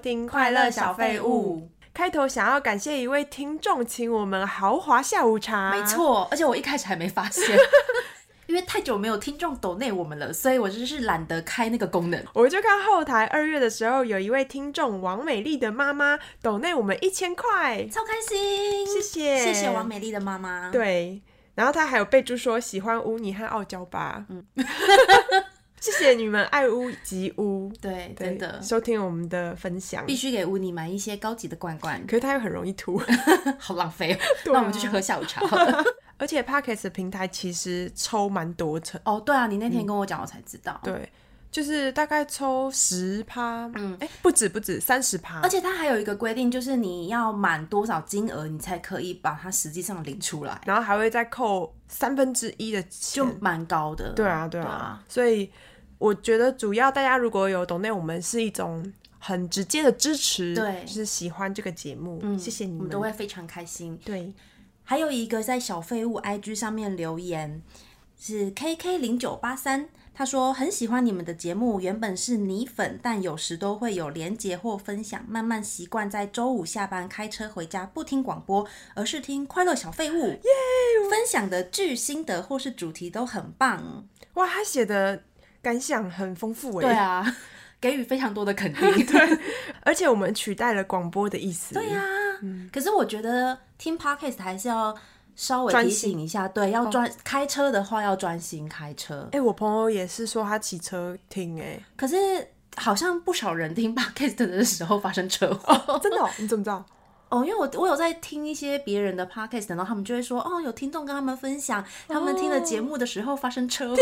听《快乐小废物。开头想要感谢一位听众，请我们豪华下午茶。没，错，而且我一开始还没发 现，因为太久没有听众抖内我们了，所以我就是懒得开那个功能。我就看后台二月的时候，有一位听众王美丽的妈妈抖内我们一千块，超开心，谢谢谢谢王美丽的妈妈。，对，然后她还有备注说喜欢污泥和傲娇吧。嗯， 谢谢你们爱污及污，对，对真的收听我们的分享必。须给乌尼买一些高级的罐罐可，是它又很容易吐， 好浪 费哦。啊那我们就去喝下午茶好 了。而且 Pockets 的平台其实抽蛮多成，哦，对啊，你那天跟我讲，我才知道。对，就是大概抽十趴，嗯，哎，不止不止，三十趴而。且它还有一个规定，就是你要满多少金额，你才可以把它实际上领出来，然后还会再扣三分之一的钱就，蛮高的。对啊，对啊，所以我觉得主要大家如果有懂内，我们是一种很直接的支持，对嗯就是喜欢这个节目，谢谢你我们们都会非常开心。对，还有一个在小废物 IG 上面留言是 KK 零九八三，他说很喜欢你们的节目，原本是泥粉，但有时都会有连结或分享，慢慢习惯在周五下班开车回家不听广播，而是听快乐小废物，分享的剧心得或是主题都很棒。哇，他写的感想很丰富哎，对，啊，给予非常多的肯定。 对而且我们取代了广播的意思，对对啊呀、可是我觉得听 podcast 还是要稍微专提心醒一下，对，要专、开车的话要专心开车。哎、我朋友也是说他骑车听哎、 可是好像不少人听 podcast 的时候发生车祸真的、哦？你怎么知道？ 哦，因为我我有在听一些别人的 podcast，然后他们就会说，哦，有听众跟他们分享，他们听了节目的时候发生车祸。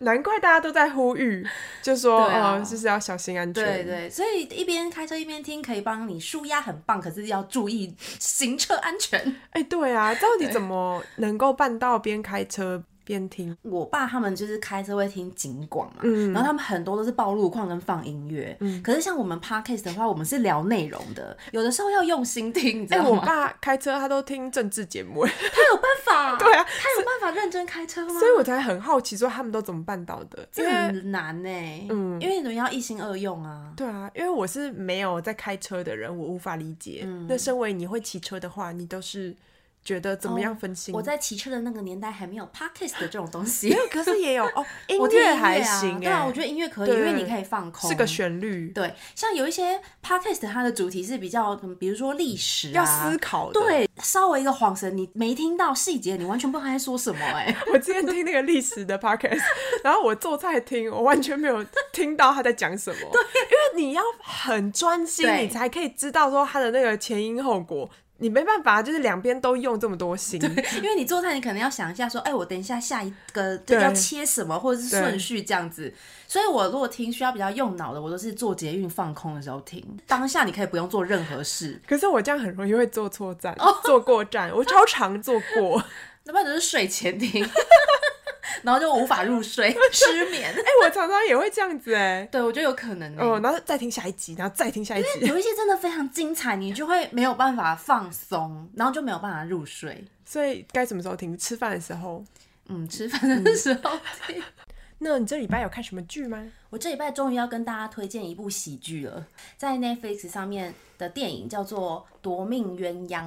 难怪大家都在呼 吁，就说、对啊呃，就是要小心安全。 对对，所以一边开车一边听，可以帮你舒压，很棒。可是要注意行车安全。 哎、对啊，到底怎么能够办到边开车边 听？我爸他们就是开车会听警广嘛，嗯然后他们很多都是报路况跟放音乐，可是像我们 podcast 的话，我们是聊内容的，有的时候要用心听，你知哎、道我吗？爸开车他都听政治节目，哎他有办法， 对啊他有办法认真开车 吗？所以我才很好奇说他们都怎么办到的。因这为很难呢、嗯因为你要一心二用啊，对啊，因为我是没有在开车的人，我无法理解。那身为你会骑车的话，你都是觉得怎么样分心？我在骑车的那个年代还没有 podcast 的这种东西，可是也有哦， 音我听音乐还行啊，哎、啊对啊，我觉得音乐可以，对因为你可以放空，是个旋律，对，像有一些 podcast 它的主题是比较，嗯比如说历史、啊，要思考的。对，稍微一个晃神，你没听到细节，你完全不知道他在说什么、哎，我之前听那个历史的 podcast，然 后我做菜听，我完全没有听到他在讲什么。对，因为你要很专心，对你才可以知道说他的那个前因后果。你没办法，就是两边都用这么多心。 因为你做菜，你可能要想一下，说，哎、我等一下下一个就要切什么，或者是顺序这样子。所以我如果听需要比较用脑的，我都是做捷运放空的时候听。当下你可以不用做任何事，可是我这样很容易会坐错站、坐过站，我超常坐 过。 哎那不然就是睡前 听，然后就无法入睡， 失眠。哎、我常常也会这样子哎、对，我觉得有可能、哎哦，然后再听下一集，然后再听下一集， 有一些真的非常精彩，你就会没有办法放松，然后就没有办法入睡。所以该什么时候听？吃饭的时候。嗯，吃饭的时候听。那你这礼拜有看什么剧吗？我这礼拜终于要跟大家推荐一部喜剧了，在 Netflix 上面的电影叫做《夺命鸳鸯》，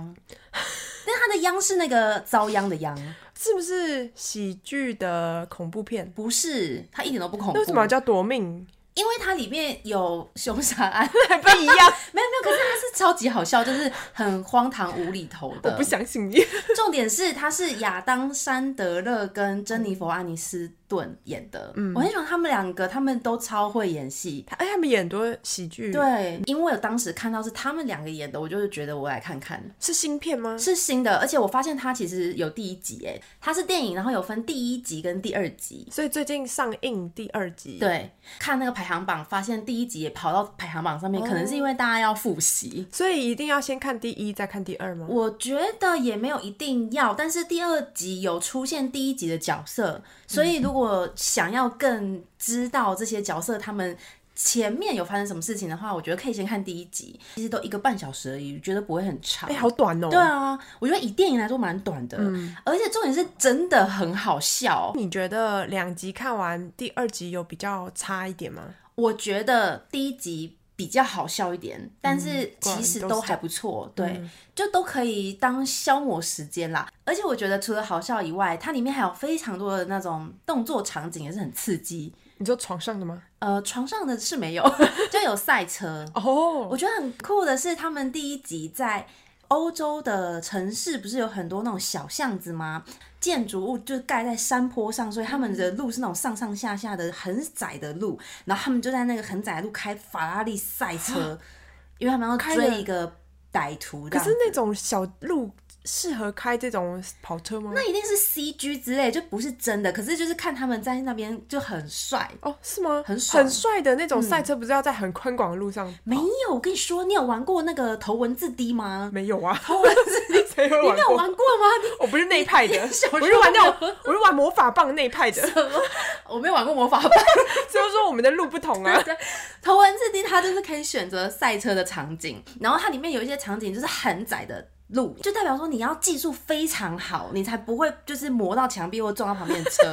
但它的“殃”是那个遭殃的“殃是不是喜剧的恐怖片”，？不是它一点都不恐怖。那为什么叫夺命？因为它里面有凶杀案， 不一样，没有没有，可是它是超级好笑，就是很荒唐无厘头的。我不相信你。重点是他是亚当·山德勒跟珍妮佛·安妮斯顿演的，嗯我很喜欢他们两个，他们都超会演戏。哎，他们演很多喜剧，，对，因为我当时看到是他们两个演的，我就是觉得我来看看。是新片吗？是新的，而且我发现它其实有第一集，哎，它是电影，然后有分第一集跟第二集。所以最近上映第二集，，对，看那个排行榜，发现第一集也跑到排行榜上面，可能是因为大家要复习。所以一定要先看第一，再看第二吗？我觉得也没有一定要，但是第二集有出现第一集的角色，所以如果想要更知道这些角色他们前面有发生什么事情的话，我觉得可以先看第一集，其实都一个半小时而已，觉得不会很长。哎，好短哦。对，啊，我觉得以电影来说蛮短的，嗯而且重点是真的很好笑。你觉得两集看完第二集有比较差一点吗？我觉得第一集比较好笑一点，但是果嗯然其实都都是嗯还不错，对，就都可以当消磨时间啦。而且我觉得除了好笑以外，它里面还有非常多的那种动作场景，也是很刺激。你说床上的吗？呃，床上的是没有， 就有赛车。哦我，觉得很酷的是，他们第一集在欧洲的城市不是有很多那种小巷子吗？建筑物就盖在山坡上，所以他们的路是那种上上下下的很窄的路，然后他们就在那个很窄的路开法拉利赛车，因为他们要开追了一个歹徒这可样是子。那种小路适合开这种跑车吗？那一定是 C G 之类，就不是真的。可是就是看他们在那边就很帅。哦，是吗？很嗯爽很帅的那种赛车，不是要在很宽广的路上？没有，我跟你说，你有玩过那个头文字 D 吗？没有啊，头文字 D， 谁会你没玩有过？玩过吗？你我不是那一派的，小时候我是玩那种，我是玩魔法棒那一派的。怎么？ 我没有玩过魔法棒。所以说我们的路不同 啊。头文字 D 它就是可以选择赛车的场景，然后它里面有一些场景就是很窄的。路就代表说你要技术非常好，你才不会就是磨到墙壁或撞到旁边的车。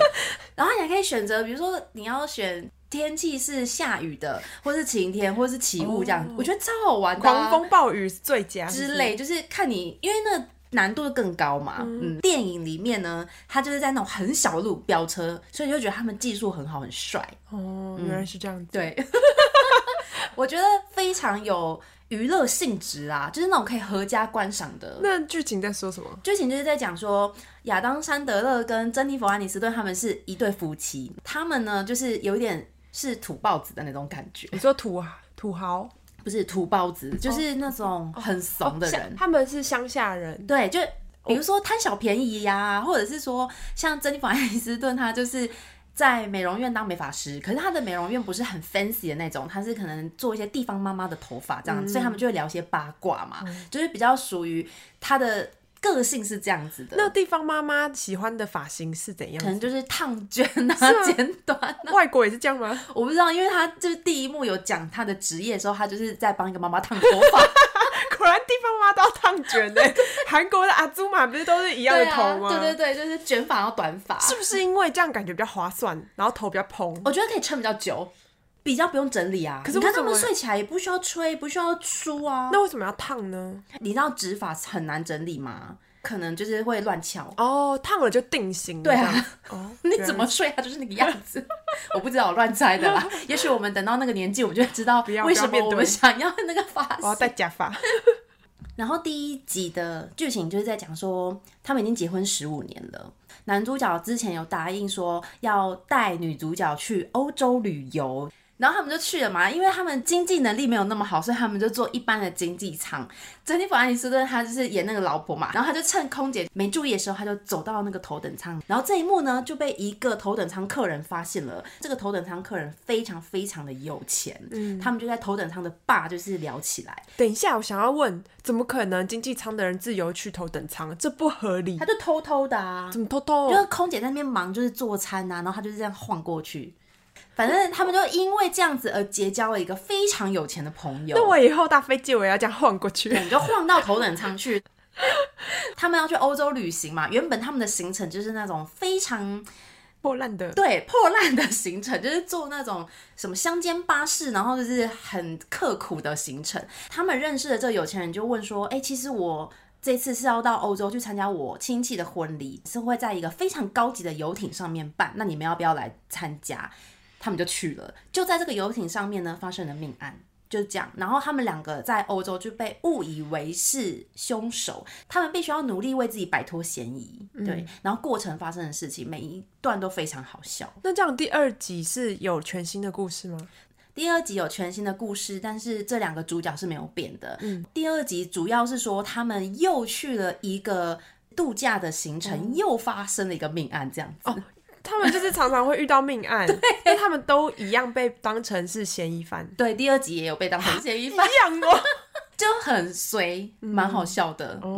然后你还可以选择，比如说你要选天气是下雨的，或是晴天，或是起雾这样。哦我觉得超好玩的啊、狂风暴雨是最佳之，类，就是看你，因为那个难度更高嘛。嗯，电影里面呢，他就是在那种很小的路飙车，所以你就觉得他们技术很好，很帅。是不是哦，原来是这样子。嗯对， 我觉得非常有娱乐性质啊，就是那种可以合家观赏的。那剧情在说什么？剧情就是在讲说，亚当·山德勒跟珍妮弗·安妮斯顿他们是一对夫妻，他们呢就是有一点是土包子的那种感觉，你说土土豪不是土包子，就是哦那种很怂的乡人。哦他们是乡下人，对，就比哦如说贪小便宜呀、或者是说像珍妮弗·爱丽斯顿，她就是。在美容院当美发师，可是她的美容院不是很 fancy 的那种，她是可能做一些地方妈妈的头发这样，所以嗯他们就会聊一些八卦嘛，就是比较属于她的个性是这样子的，那地方妈妈喜欢的发型是怎可能样？就是烫卷啊、啊剪短，外国也是这样吗？ 我不知道，因为她就是第一幕有讲她的职业的时候，她就是在帮一个妈妈烫头 发，果然地方妈妈都要烫卷呢。 韩国的阿祖玛不是都是一样的对头啊，吗？对对对，就是卷发然后短发，是不是因为这样感觉比较划算，然后头比较蓬？我觉得可以撑比较久，比较不用整理啊。可是你看为什他们么睡起来也不需要吹，不需要梳啊。那为什么要烫呢？你知道直发很难整理吗？可能就是会乱翘。 哦，烫了就定型。对啊这样，哦，你怎么睡它就是那个样子， 我不知道，我乱猜的啦。也许我们等到那个年纪，我们就会知道要为不要什么面我对们想要那个发我要型。戴假发？然后第一集的剧情就是在讲说，他们已经结婚十五年了。男主角之前有答应说要带女主角去欧洲旅游，然后他们就去了嘛。因为他们经济能力没有那么好，所以他们就坐一般的经济舱。珍妮弗·安妮斯顿她就是演那个老婆嘛，然后她就趁空姐没注意的时候，她就走到那个头等舱。然后这一幕呢就被一个头等舱客人发现了。这个头等舱客人非常非常的有钱，他们就在头等舱的坝就是聊起来。等一下，我想要问，怎么可能经济舱的人自由去头等舱？这不合理他。就偷偷的啊，怎么偷偷就是空姐在那边忙，就是做餐啊呐、然后她就是这样晃过去。反正他们就因为这样子而结交了一个非常有钱的朋友，那我以后搭飞机我也要这样晃过去。 你就晃到头等舱去。他们要去欧洲旅行嘛，原本他们的行程就是那种非常破烂的，对破烂的行程， 就是坐那种什么乡间巴士，然后就是很刻苦的行程。他们认识的这个有钱人就问说：“哎、其实我这次是要到欧洲去参加我亲戚的婚礼，是会在一个非常高级的游艇上面办，那你们要不要来参加？”他们就去了，就在这个游艇上面呢发生了命案。就是这样，然后他们两个在欧洲就被误以为是凶手，他们必须要努力为自己摆脱嫌疑。对，然后过程发生的事情，每一段都非常好笑。那这样第二集是有全新的故事吗？第二集有全新的故事，但是这两个主角是没有变的。第二集主要是说他们又去了一个度假的行程，又发生了一个命案，这样子。他们就是常常会遇到命 案，但他们都一样被当成是嫌疑犯。对，第二集也有被当成嫌 疑犯，一样哦，就很随，蛮好笑的。嗯，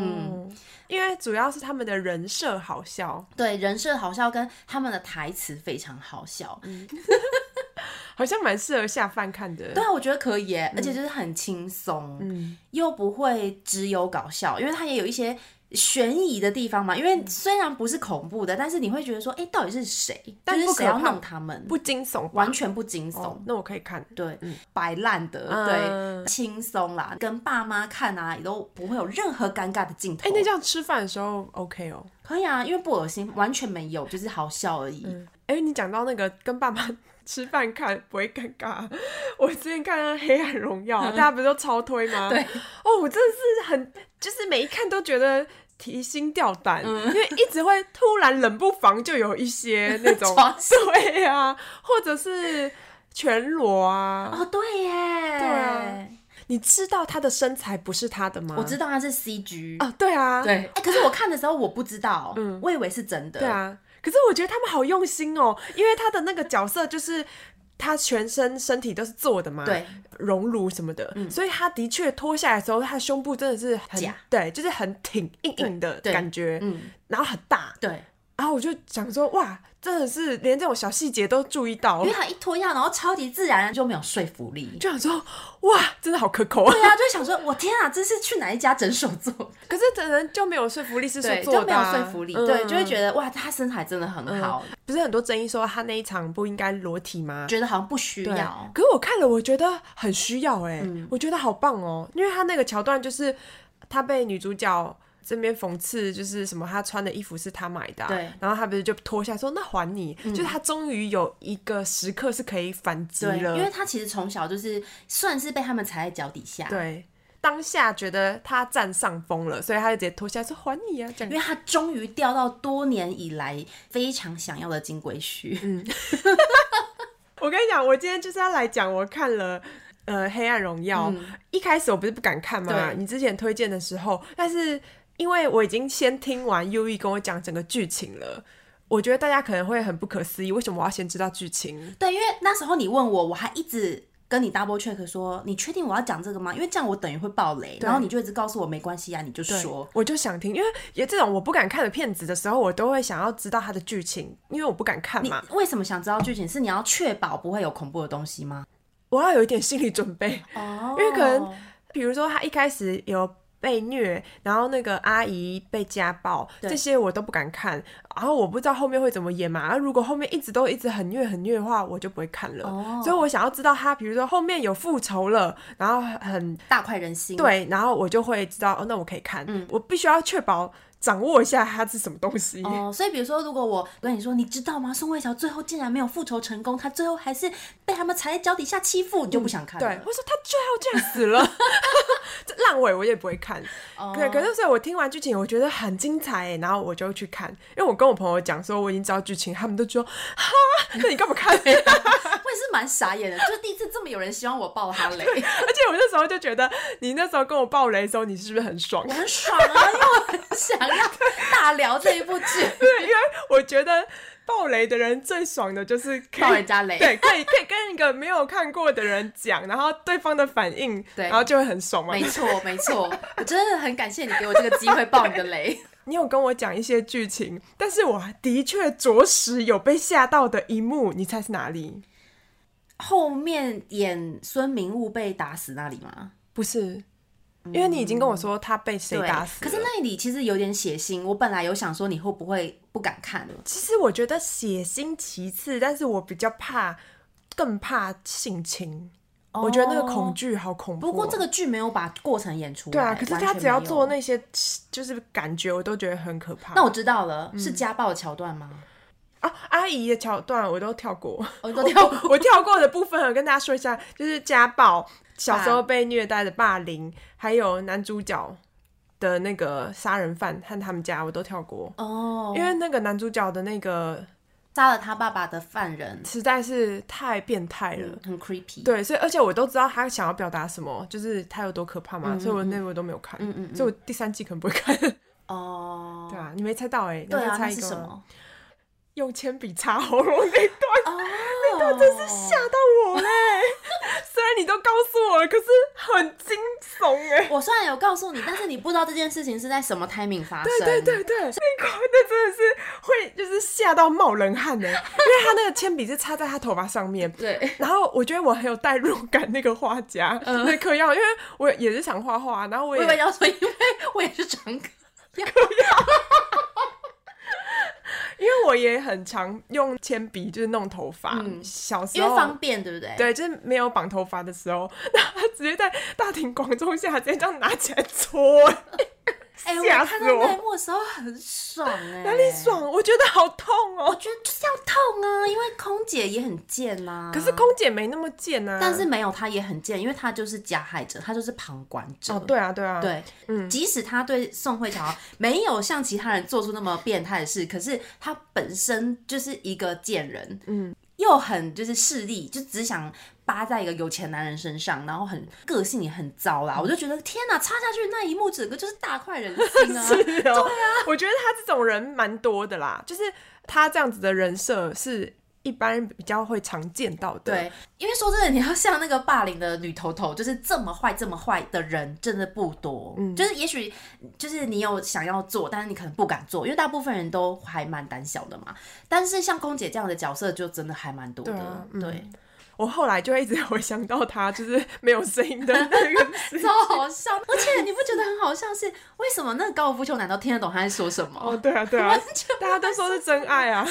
嗯，因为主要是他们的人设好笑，对，人设好笑，跟他们的台词非常好笑。好像蛮适合下饭看的。对啊，我觉得可以嗯耶，而且就是很轻松，嗯，又不会只有搞笑，因为它也有一些悬疑的地方嘛，嗯因为虽然不是恐怖的，但是你会觉得说，哎、到底是谁？但就是不可谁要怕弄他们？不惊悚吧，完全不惊悚。哦，那我可以看。对，摆烂的，嗯对，轻松啦，跟爸妈看啊，也都不会有任何尴尬的镜头。哎、那这样吃饭的时候 OK 哦。可以啊，因为不恶心，完全没有，就是好笑而已。哎、你讲到那个跟爸妈 吃饭看不会尴尬，我之前看《黑暗荣耀》，大家不是都超推吗？嗯对，哦，我真的是很，就是每一看都觉得提心吊胆，嗯因为一直会突然冷不防就有一 些那种床，戏对啊，或者是全裸啊，哦，对耶，对啊你知道他的身材不是他的吗？我知道道它是 CG，、啊，对啊，对、嗯哎可是我看的时候我不知道，我以为是真的，对，啊，可是我觉得他们好用心哦，因为他的那个角色就是他全身身体都是做的嘛，对，熔炉什么的，所以他的确脱下来的时候，他的胸部真的是很假对，就是很挺硬硬的对感觉，嗯，然后很大，对，然后我就想说，哇，真的是连这种小细节都注意到因为，它一脱样，然后超级自然就没有说服力。 就想说，哇，真的好可口啊！对啊，就会想说，我天啊，这是去哪一家诊所做的？可是可能就没有说服力是说对，做就没的有啊、说服力，嗯对，就嗯会觉得哇，他身材真的很好，不是很多争议说他那一场不应该裸体吗？觉得好像不需对要，嗯可是我看了，我觉得很需要哎、我觉得好棒哦、因为他那个桥段就是他被女主角。这边讽刺就是什么，他穿的衣服是他买的啊、对嗯然后他不是就脱下来说那还你，就是他终于有一个时刻是可以反击对，了，因为他其实从小就是算是被他们踩在脚底下，，对当下觉得他占上风了，所以他就直接脱下来说还你啊，这因样为他终于钓到多年以来非常想要的金龟婿， 我跟你讲，我今天就是要来讲，我看了。呃，《黑暗荣耀》一开始我不是不敢看嘛，嗯对你之前推荐的时候，但是因为我已经先听完优 E 跟我讲整个剧情了，我觉得大家可能会很不可思议，为什么我要先知道剧情？对，因为那时候你问我，我还一直。跟你 double check 说，你确定我要讲这个吗？因为这样我等于会爆雷，然后你就一直告诉我没关系啊，你就说，我就想听，因为也这种我不敢看的片子的时候，我都会想要知道它的剧情，因为我不敢看你嘛，为什么想知道剧情？是你要确保不会有恐怖的东西吗？我要有一点心理准备。哦因为可能比如说他一开始有被虐，然后那个阿姨被家暴，这些我都不敢看。然后我不知道后面会怎么演嘛。然后如果后面一直都一直很虐很虐的话，我就不会看了。哦所以我想要知道他，比如说后面有复仇了，然后很大快人心，对，然后我就会知道哦，那我可以看。嗯我必须要确保掌握一下它是什么东西。哦，所以比如说，如果我跟你说，你知道吗？宋慧乔最后竟然没有复仇成功，她最后还是被他们踩在脚底下欺负，你就不想看对，了。我说他最后这样死 了， 这烂尾我也不会看。哦对，可是所以我听完剧情，我觉得很精彩耶，欸然后我就去看，因为我跟我朋友讲说我已经知道剧情，他们都说哈，那你干嘛看？ 而且 我也是蛮傻眼的，就是第一次这么有人希望我爆他雷，我那时候就觉得，你那时候跟我爆雷的时候，你是不是很爽 我？很爽啊，因为我很想要大聊这一 部剧。对，因为我觉得爆雷的人最爽的就是可以爆人家雷对，可以可以跟一个没有看过的人讲，然后对方的反应，对然后就会很爽嘛没。错，没错，我真的很感谢你给我这个机会爆你的雷。你有跟我讲一些剧情，但是我的确着实有被吓到的一幕，你猜是哪里？后面演孙明悟被打死那里吗？不是，因为你已经跟我说他被谁打死可了。是那里其实有点血腥，我本来有想说你会不会不敢看了。其实我觉得血腥其次，但是我比较怕，更怕性侵。我觉得那个恐惧好恐怖哦。不过这个剧没有把过程演出来，对啊，可是他只要做完全没有那些就是感觉，我都觉得很可怕。那我知道了，嗯是家暴的桥 段吗？啊，阿姨的桥段我都跳过，我都跳 过我跳过的部分，我跟大家说一下，就是家暴、小时候被虐待的霸凌，还有男主角的那个杀人犯和他们家，我都跳过，哦，因为那个男主角的那个杀了他爸爸的犯人，实在是太变态了。嗯很 creepy。，对，所以而且我都知道他想要表达什么，就是他有多可怕嗯嘛，所以我那部都没有看，所以我第三季可能不会看。哦，对啊，你没猜到哎、欸，你对要啊，猜那一是个什吗 么？用铅笔插喉咙那一段。哦，那真是吓到我嘞！ 虽然你都告诉我了，可是很惊悚哎。我虽然有告诉你，但是你不知道这件事情是在什么 timing 发生。对对对对， 那个那真的是会就是吓到冒冷 汗哎，因为他那个铅笔是插在他头发上面。对然后我觉得我很有代入感，那个画家、那嗑药，因为我也是想画画，然后我嗯也 我以为要说，因为我也是长哥，因为我也很常用铅笔就是弄头发，嗯小时因为候方便，对不对？，对，就是没有绑头发的时候， 那他直接在大庭广众下直接这样拿起来搓，哎、吓我死看到我那一幕的时候很爽哎、哪里？爽？我觉得好痛我哦。觉得就是要痛啊，因为空姐也很贱呐、可是空姐没那么贱啊。嗯但是没有，她也很贱，因为她就是加害者，她就是旁观者。哦，对啊，对啊，，对，即使她对宋慧乔没有像其他人做出那么变态的事，可是她本身就是一个贱人，嗯，又很就是势利，就只想扒在一个有钱男人身上，然后很个性也很糟啦。我就觉得天哪，插下去那一幕，整个就是大快人 心啊！是哦。对啊，我觉得他这种人蛮多的啦，就是他这样子的人设是一般人比较会常见到的。对，因为说真的，你要像那个霸凌的女头头，就是这么坏、这么坏的人，真的不多。嗯就是也许就是你有想要做，但是你可能不敢做，因为大部分人都还蛮胆小的嘛。但是像空姐这样的角色，就真的还蛮多的。对啊嗯对，我后来就一直回想到他就是没有声音的那个 事超好笑。 而且你不觉得很好笑是？为什么那个高尔夫球男都听得懂他在说什么？哦，对啊， 对啊，大家都说是真爱啊，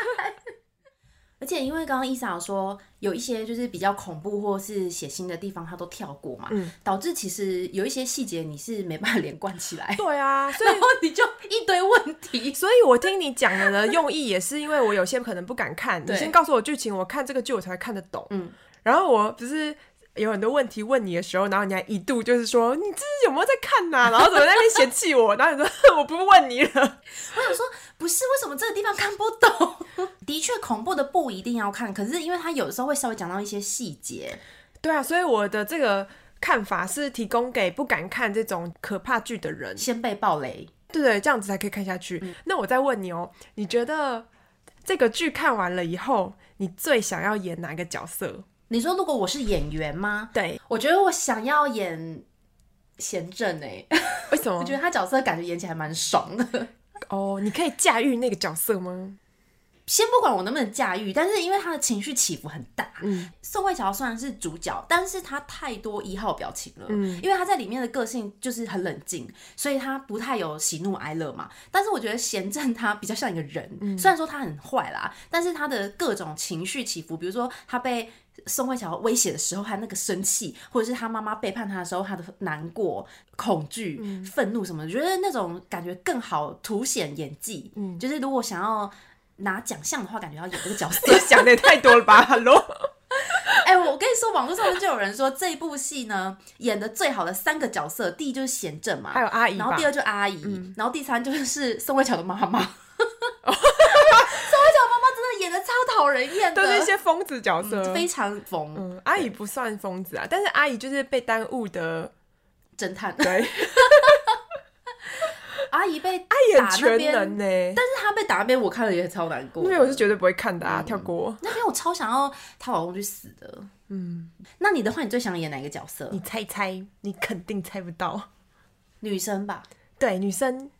而且因为刚刚伊莎有说有一些就是比较恐怖或是血腥的地方，他都跳过嘛，导致其实有一些细节你是没办法连贯起来。 对啊，所以然后你就一堆问题。 所以我听你讲的呢，用意也是因为我有些可能不敢看，你对先告诉我剧情，我看这个剧我才看得懂。嗯，然后我不是。有很多问题问你的时候，然后你还一度就是说你这是有没有在看呐、然后怎么在那边嫌弃我？然后你说哼我不问你了。我想说，不是为什么这个地方看不懂？ 的确，恐怖的不一定要看，可是因为它有的时候会稍微讲到一些细节。对啊，所以我的这个看法是提供给不敢看这种可怕剧的人，先被暴雷，对对，这样子才可以看下去。嗯那我再问你哦，你觉得这个剧看完了以后，你最想要演哪个角色？你说如果我是演员吗？对，我觉得我想要演贤正哎、为什么我？觉得他角色感觉演起来蛮爽的。哦，你可以驾驭那个角色吗？先不管我能不能驾驭，但是因为他的情绪起伏很大，嗯，宋慧乔虽然是主角，但是她太多一号表情了，嗯，因为她在里面的个性就是很冷静，所以她不太有喜怒哀乐嘛。但是我觉得贤正他比较像一个人，虽然说他很坏啦，但是他的各种情绪起伏，比如说他被。宋慧乔威胁的时候，他那个生气，或者是他妈妈背叛他的时候，他的难过、恐惧、愤怒什么的，我觉得那种感觉更好凸显演技。嗯，就是如果想要拿奖项的话，感觉要演这个角色 你。想的也太多了吧 ，Hello？哎、我跟你说，网络上面就有人说这部戏呢演的最好的三个角色，第一就是贤正嘛，还有阿姨然后吧嗯第？二就是阿姨，然后第三就是宋慧乔的妈妈。 宋慧乔的妈妈真的演的超讨人厌都是一的，些疯子角色。嗯非常疯、嗯，阿姨不算疯子啊，但是阿姨就是被耽误的，侦探。对，阿阿姨被姨很打那全边，能呢、但是她被打那边，我看了也超难过因。为我是绝对不会看的啊，跳过。那边我超想要她老公去死的。嗯，那你的话，你最想演哪个角色？你猜猜，你肯定猜不到。 女生吧？ 对，女生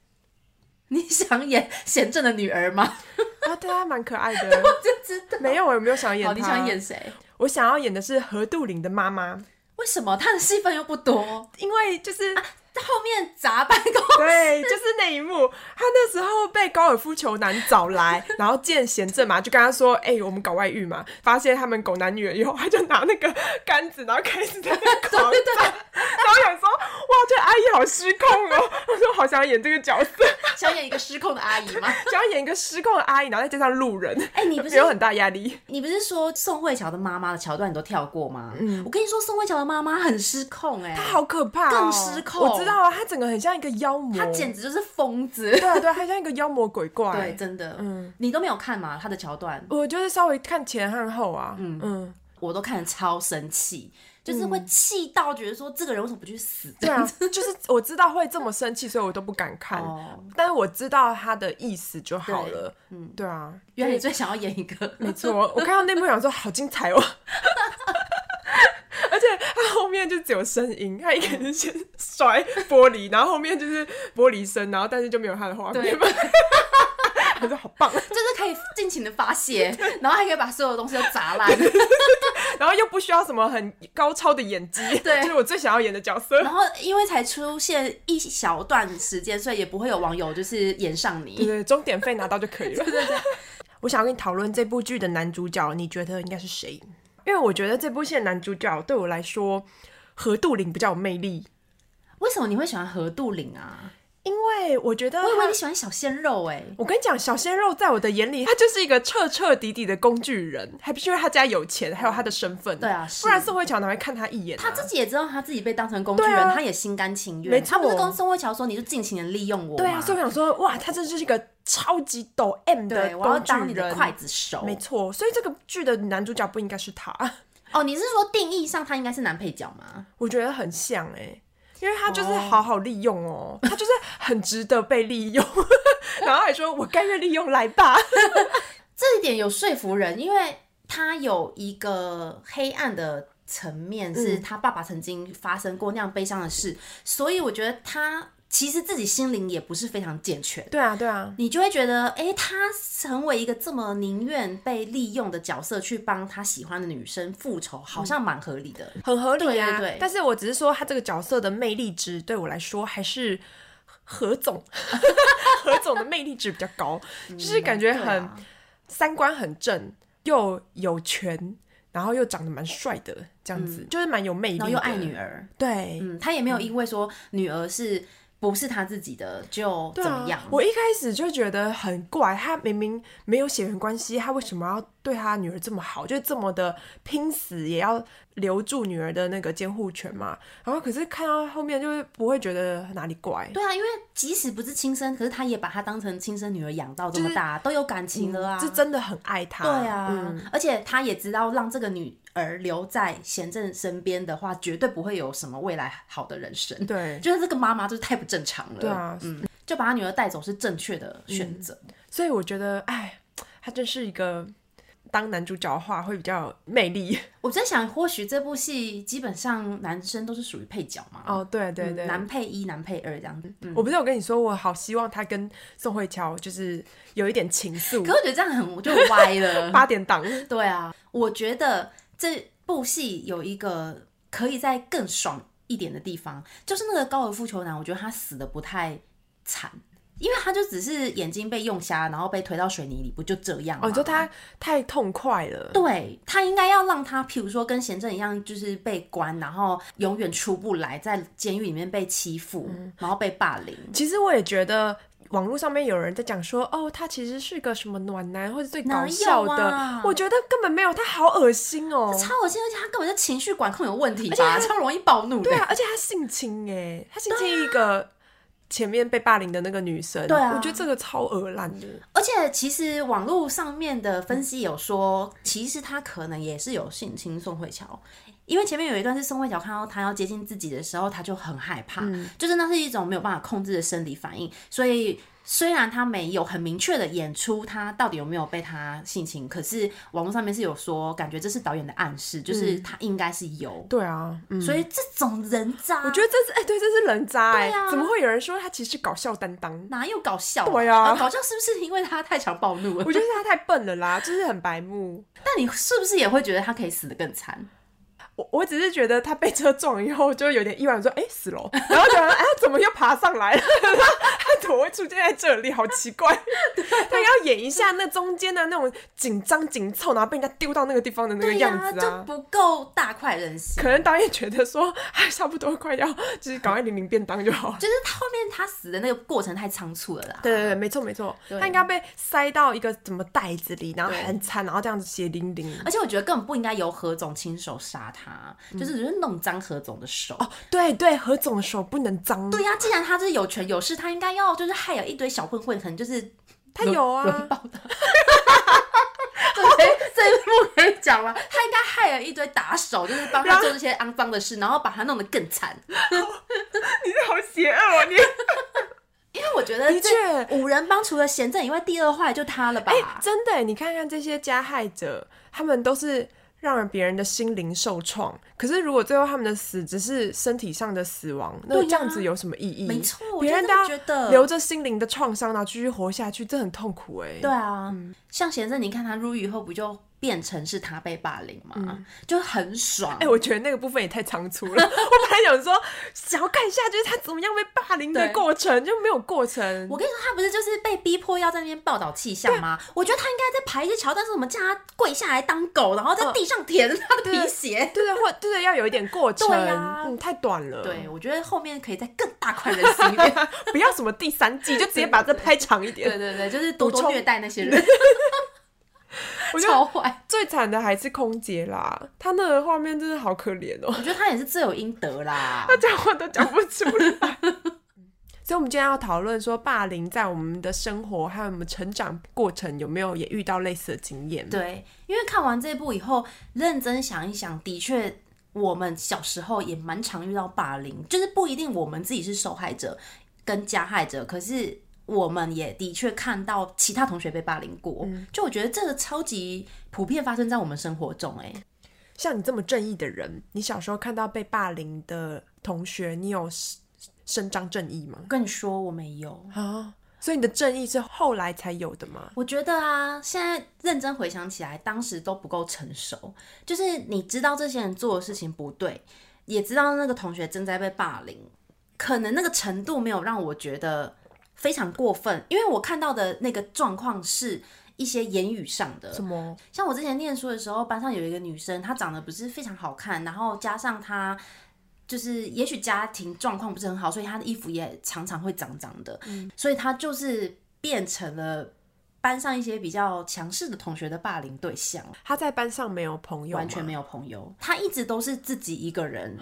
你想演贤正的女儿吗？ 啊， 对啊，蛮可爱的。就知道。没有，我有没有想演好，她？你想演？谁？我想要演的是何杜陵的妈妈，为什么她的戏份又不 多？因为就是在后面砸办公 对，就是那一幕，他那时候被高尔夫球男找来，然后见贤正嘛，就跟他说：“哎、我们搞外遇嘛。”发现他们狗男女了以后，他就拿那个杆子，然后开始在那边狂打。 然后想说：“哇，这阿姨好失控哦！”我说：“好想演这个角色，想演一个失控的阿姨吗？想要演一个失控的阿姨，然后再加上路人，哎、你不没是有很大压力。你不是说宋慧乔的妈妈的桥段你都跳过吗？我跟你说，宋慧乔的妈妈很失控哎、她好可怕、哦，更失控我知道啊，她整个很像一个妖魔，她简直就是疯子。对啊对啊，她像一个妖魔鬼怪。对，真的，嗯，你都没有看嘛？她的桥段我就是稍微看前和后啊，嗯 嗯。我都看得超生气，就是会气到觉得说这个人为什么不去死？对啊，就是我知道会这么生气，所以我都不敢看。哦但是我知道他的意思就好了。嗯，对啊，原来你最想要演一个，没错。我看到那幕想说好精彩哦， 而且他后面就只有声音，他一个人先摔玻璃，然后后面就是玻璃声，然后但是就没有他的画面对嘛， 我说好棒， 就是可以尽情的发 泄，然后还可以把所有东西都砸烂，然后又不需要什么很高超的演技，对就是我最想要演的角色。然后因为才出现一小段时间，所以也不会有网友就是演上对你。对，终点费拿到就可以了。 对对对，我想要跟你讨论这部剧的男主角，你觉得应该是谁？因为我觉得这部戏的男主角对我来说，何杜林比较有魅力，为什么你会喜欢何杜林啊？因为我觉得我以为他你喜欢小鲜肉哎、我跟你讲，小鲜肉在我的眼里，他就是一个彻彻底底的工具人，还不是因为他家有钱，还有他的身份。对啊是不然宋慧乔哪会看他一眼、啊？他自己也知道他自己被当成工具人，对啊他也心甘情愿。没错他不是跟宋慧乔说你就尽情的利用我吗对啊，所以我想说，哇，他真的是一个超级抖 M 的对，我要工具当你的人。刽子手。没错，所以这个剧的男主角不应该是他， 哦，你是说定义上他应该是男配角吗？我觉得很像哎、因为他就是好好利用哦，他就是很值得被利用， 然后还说我甘愿利用来吧，这一点有说服人，因为他有一个黑暗的层面，嗯是他爸爸曾经发生过那样悲伤的事，所以我觉得他其实自己心灵也不是非常健全。 对啊对啊，你就会觉得，哎、他成为一个这么宁愿被利用的角色，去帮他喜欢的女生复仇，好像蛮合理的。很合理啊。对对对但是我只是说他这个角色的魅力值对我来说还是何 总，何总的魅力值比较高，就是感觉对很、啊三观很正，又有权，然后又长得蛮帅的，这样子、就是蛮有魅力然的，后又爱女儿，对。啊嗯，他也没有因为说女儿是不是他自己的就对怎么样啊，，我一开始就觉得很怪，他明明没有血缘关系，他为什么要对他女儿这么好，就是这么的拼死也要留住女儿的那个监护权嘛？然后可是看到后面就是不会觉得哪里怪，对啊，因为即使不是亲生，可是他也把她当成亲生女儿养到这么大，都有感情了啊。是嗯真的很爱他。对啊，嗯而且他也知道让这个女儿留在贤正身边的话，绝对不会有什么未来好的人生。对就是嗯这个妈妈就是太不正常了。对啊，嗯就把她女儿带走是正确的选择。所以我觉得，哎，他真是一个当男主角的话会比较有魅力。我在想，或许这部戏基本上男生都是属于配角嘛，哦，对对对，嗯男配一、男配二这样子。嗯，我不是有跟你说，我好希望他跟宋慧乔就是有一点情愫可，我觉得这样很我就歪 了。八点档。对啊，我觉得这部戏有一个可以再更爽一点的地方，就是那个高尔夫球男，我觉得他死的不太惨，因为他就只是眼睛被用瞎，然后被推到水泥里，不就这样吗？哦，你说他太痛快了，对他应该要让他，譬如说跟贤正一样，就是被关，然后永远出不来，在监狱里面被欺负，嗯然后被霸凌。其实我也觉得。网络上面有人在讲说，哦，他其实是个什么暖男，或者最搞哪有笑的，啊我觉得根本没有，他好恶心哦。超恶心，而且他根本就情绪管控有问题吧，超容易暴怒的。对啊，而且他性侵哎，他性侵一个前面被霸凌的那个女生，对啊我觉得这个超恶烂的。而且其实网络上面的分析有说，其实他可能也是有性侵宋慧乔，因为前面有一段是宋慧乔看到他要接近自己的时候，他就很害怕，嗯就是那是一种没有办法控制的生理反应，所以。虽然他没有很明确的演出他到底有没有被他性侵，可是网络上面是有说，感觉这是导演的暗示，就是他应该是有，对啊，嗯，所以这种人渣，我我觉得这是哎、对，这是人渣哎、对啊怎么会有人说他其实是搞笑担当？哪有搞笑、对啊搞笑是不是因为他太常暴怒了我？ 觉得他太笨了啦，就是很白目。但你是不是也会觉得他可以死得更惨？我我只是觉得他被车撞以后就有点意外，我说哎、死了，然后觉得哎、怎么又爬上来了？ 他怎么会出现在这里？好奇怪！他要演一下那中间的那种紧张紧凑，然后被人家丢到那个地方的那个对呀、样子就啊。不够大快人心。可能导演觉得说，哎，差不多快要，就是赶快领领便当就好。就是他后面他死的那个过程太仓促了啦。对对对，没错没错，对他应该被塞到一个什么袋子里，然后对很惨，然后这样子血淋淋。而且我觉得根本不应该由何总亲手杀他，就是只是弄脏何总的手。嗯哦，对对，何总的手不能脏。对呀、既然他是有权有势，他应该要就是害有一堆小混混，可 能就是他有啊轮爆他。这可以这一幕可以讲了，他应该害了一堆打手，就是帮他做这些肮脏的事，然后把他弄得更惨。你好邪恶哦，你。因为我觉得的这确五人帮除 了贤正以外，第二坏就他了吧？哎、真的耶，你看看这些加害者，他们都是让人别人的心灵受创。可是如果最后他们的死只是身体上的死亡，那对这样呀子有什么意义？没错，我别就人这么都要觉得。留着心灵的创伤，然后继续活下去，这很痛苦哎、对啊，像贤正，你看他入狱以后，不就变成是他被霸凌吗？就很爽。嗯哎、我觉得那个部分也太仓 促了。我本来想说，想要看一下就是他怎么样被霸凌的对过程，就没有过程。我跟你说，他不是就是被逼迫要在那边报道气象吗？我觉得他应该在排一些桥段，是什么叫他跪下来当狗，然后在地上舔他的皮鞋。嗯对对，啊或对对，要有一点过程。对呀嗯，太短了。对，，我觉得后面可以再更大快人心一点。 不要什么第三季，就直接把这拍长一点。 对对对，就是多补多充虐待那些人， 我觉得超坏。最惨的还是空姐啦，她那个画面真的好可怜哦， 我觉得他也是罪有应得啦。她讲话都讲不出来。 所以，我们今天要讨论说，霸凌在我们的生活还有我们成长过程有没有也遇到类似的经验？对，因为看完这部以后，认真想一想，的确。我们小时候也蛮常遇到霸凌，就是不一定我们自己是受害者跟加害者，可是我们也的确看到其他同学被霸凌过，就我觉得这个超级普遍发生在我们生活中、哎，像你这么正义的人，你小时候看到被霸凌的同学，你有伸伸张正义吗？我跟你说我没有，啊，所以你的正义是后来才有的吗？我觉得啊，现在认真回想起来，当时都不够成熟。就是你知道这些人做的事情不对，也知道那个同学正在被霸凌，可能那个程度没有让我觉得非常过分，因为我看到的那个状况是一些言语上的，什么？像我之前念书的时候，班上有一个女生，她长得不是非常好看，然后加上她就是也许家庭状况不是很好，所以她的衣服也常常会脏脏的，所以她就是变成了班上一些比较强势的同学的霸凌对象，他在班上没有朋友，完全没。有朋友，她一直都是自己一个人。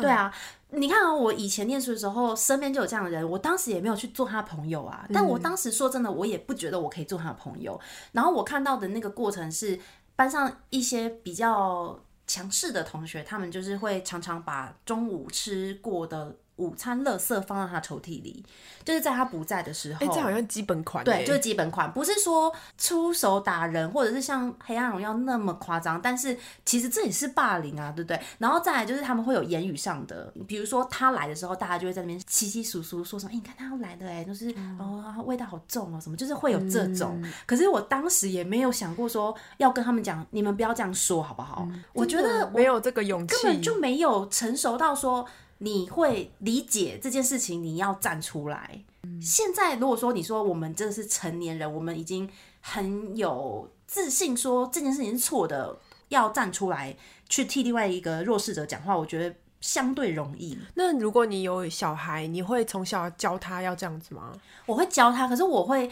对啊，你看啊、我以前念书的时候，身边就有这样的人，我当时也没有去做她的朋友啊。嗯但我当时说真的，我也不觉得我可以做她的朋友。然后我看到的那个过程是，班上一些比较强势的同学，他们就是会常常把中午吃过的午餐垃圾放到他抽屉里，就是在他不在的时候。哎、这好像基本款、对，哎就是基本款，不是说出手打人，或者是像《黑暗荣耀》那么夸张，但是其实这也是霸凌啊，对不对？然后再来就是他们会有言语上的，比如说他来的时候，大家就会在那边稀稀疏疏说什么，哎、你看他要来的、哎，就是、哦，味道好重哦，什么，就是会有这种。可是我当时也没有想过说要跟他们讲，你们不要这样说，好不好？我觉得我没有这个勇气，根本就没有成熟到说你会理解这件事情，你要站出来。现在如果说你说我们这是成年人，我们已经很有自信，说这件事情是错的，要站出来去替另外一个弱势者讲话，我觉得相对容易。那如果你有小孩，你会从小教他要这样子吗？我会教他，可是我会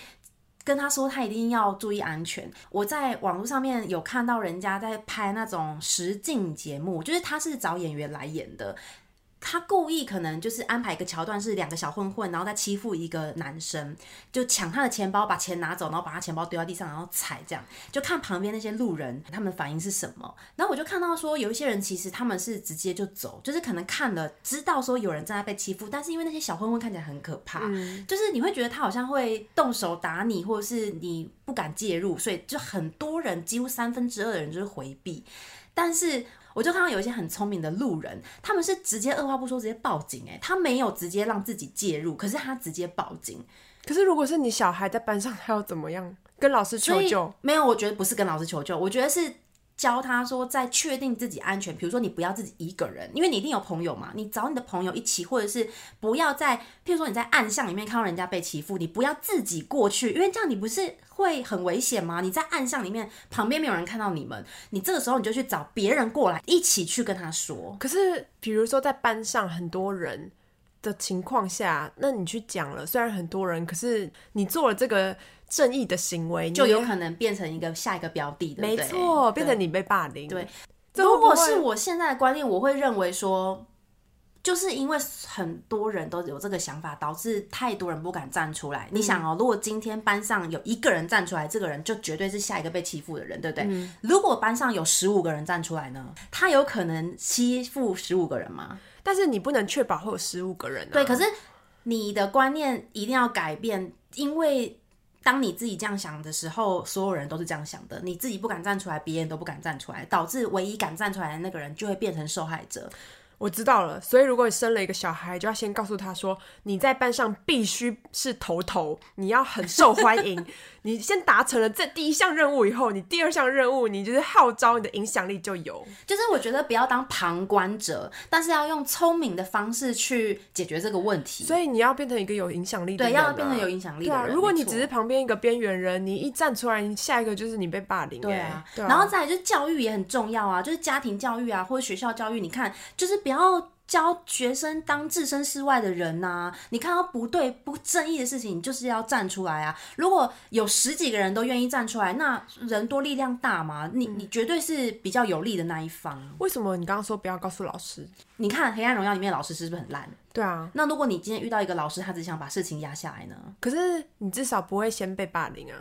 跟他说，他一定要注意安全。我在网络上面有看到人家在拍那种实境节目，就是他是找演员来演的。他故意可能就是安排一个桥段，是两个小混混，然后再欺负一个男生，就抢他的钱包，把钱拿走，然后把他钱包丢到地上，然后踩，这样就看旁边那些路人他们的反应是什么。然后我就看到说，有一些人其实他们是直接就走，就是可能看了知道说有人正在被欺负，但是因为那些小混混看起来很可怕，就是你会觉得他好像会动手打你，或者是你不敢介入，所以就很多人几乎三分之二的人就是回避。但是我就看到有一些很聪明的路人，他们是直接二话不说直接报警、欸，他没有直接让自己介入，可是他直接报警，可是如果是你小孩在班上，他要怎么样？跟老师所求以救？没有，我觉得不是跟老师求救，我觉得是。教他说，在确定自己安全，比如说你不要自己一个人，因为你一定有朋友嘛，你找你的朋友一起，或者是不要在，譬如说你在暗巷里面看到人家被欺负，你不要自己过去，因为这样你不是会很危险吗？你在暗巷里面，旁边没有人看到你们，你这个时候你就去找别人过来，一起去跟他说。可是比如说在班上很多人的情况下，那你去讲了，虽然很多人，可是你做了这个正义的行为，你就有也可能变成一个下一个标的，对没不对？错，变对成你被霸凌。对这会如不果会，是我现在的观念，我会认为说，就是因为很多人都有这个想法，导致太多人不敢站出嗯来。你想哦，如果今天班上有一个人站出来，这个人就绝对是下一个被欺负的人，对不对？嗯如果班上有十五个人站出来呢，他有可能欺负十五个人吗？但是你不能确保会有十五个人、啊。对，可是你的观念一定要改变，因为当你自己这样想的时候，所有人都是这样想的，你自己不敢站出来，别人都不敢站出来，导致唯一敢站出来的那个人就会变成受害者。我知道了，所以如果你生了一个小孩，就要先告诉他说，你在班上必须是头头，你要很受欢迎。你先达成了这第一项任务以后，你第二项任务，你就是号召你的影响力就有。就是我觉得不要当旁观者，但是要用聪明的方式去解决这个问题。所以你要变成一个有影响力的对，人啊、要变成有影响力对的啊，人。如果你没错只是旁边一个边缘人，你一站出来，你下一个就是你被霸凌、欸。对啊，对啊然后再来就是教育也很重要啊，就是家庭教育啊，或者学校教育，你看，就是不要教学生当置身事外的人呐、你看到不对不正义的事情，你就是要站出来啊。如果有十几个人都愿意站出来，那人多力量大嘛，你嗯你绝对是比较有利的那一方。为什么你刚刚说不要告诉老师？你看《黑暗荣耀》里面的老师是不是很烂？对啊，那如果你今天遇到一个老师，他只想把事情压下来呢？可是你至少不会先被霸凌啊。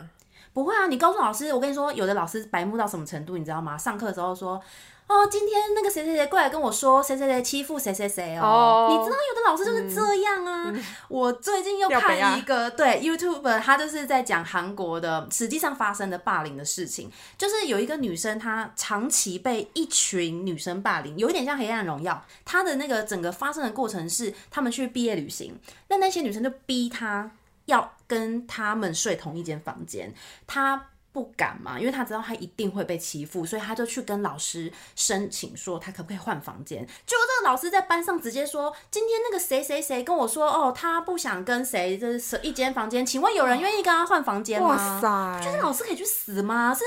不会啊，你告诉老师，我跟你说，有的老师白目到什么程度，你知道吗？上课的时候说，哦，今天那个谁谁谁过来跟我说，谁谁谁欺负谁谁谁哦哦你知道有的老师就是这样啊。我最近又廖北啊看亚一个对 YouTube，他就是在讲韩国的实际上发生的霸凌的事情，就是有一个女生她长期被一群女生霸凌，有一点像《黑暗荣耀》，她的那个整个发生的过程是他们去毕业旅行，那那些女生就逼她要跟他们睡同一间房间，他不敢嘛，因为他知道他一定会被欺负，所以他就去跟老师申请说他可不可以换房间。结果这个老师在班上直接说，今天那个谁谁谁跟我说，哦，他不想跟谁这是一间房间，请问有人愿意跟他换房间吗？哇塞！就是老师可以去死吗？是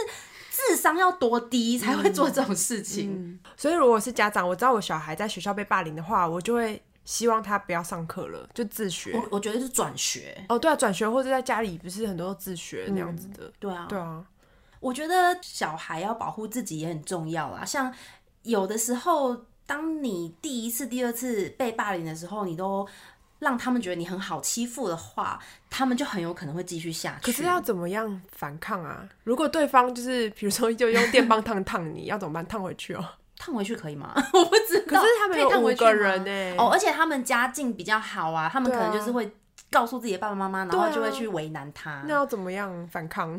智商要多低才会做这种事情？所以如果是家长，我知道我小孩在学校被霸凌的话，我就会希望他不要上课了，就自学。我我觉得是转学。哦，对啊，转学或者在家里不是很多都自学那样子的。对啊，对啊，我觉得小孩要保护自己也很重要啦。像有的时候，当你第一次、第二次被霸凌的时候，你都让他们觉得你很好欺负的话，他们就很有可能会继续下可去。是要怎么样反抗啊？如果对方就是比如说就用电棒烫烫你，要怎么办？烫回去 哦。烫回去可以吗？我不知道。可是他们可以烫有回五去吗个人欸呢 哦，而且他们家境比较好啊，他们可对啊能就是会告诉自己的爸爸妈妈，然后对啊就会去为难他。那要怎么样反抗？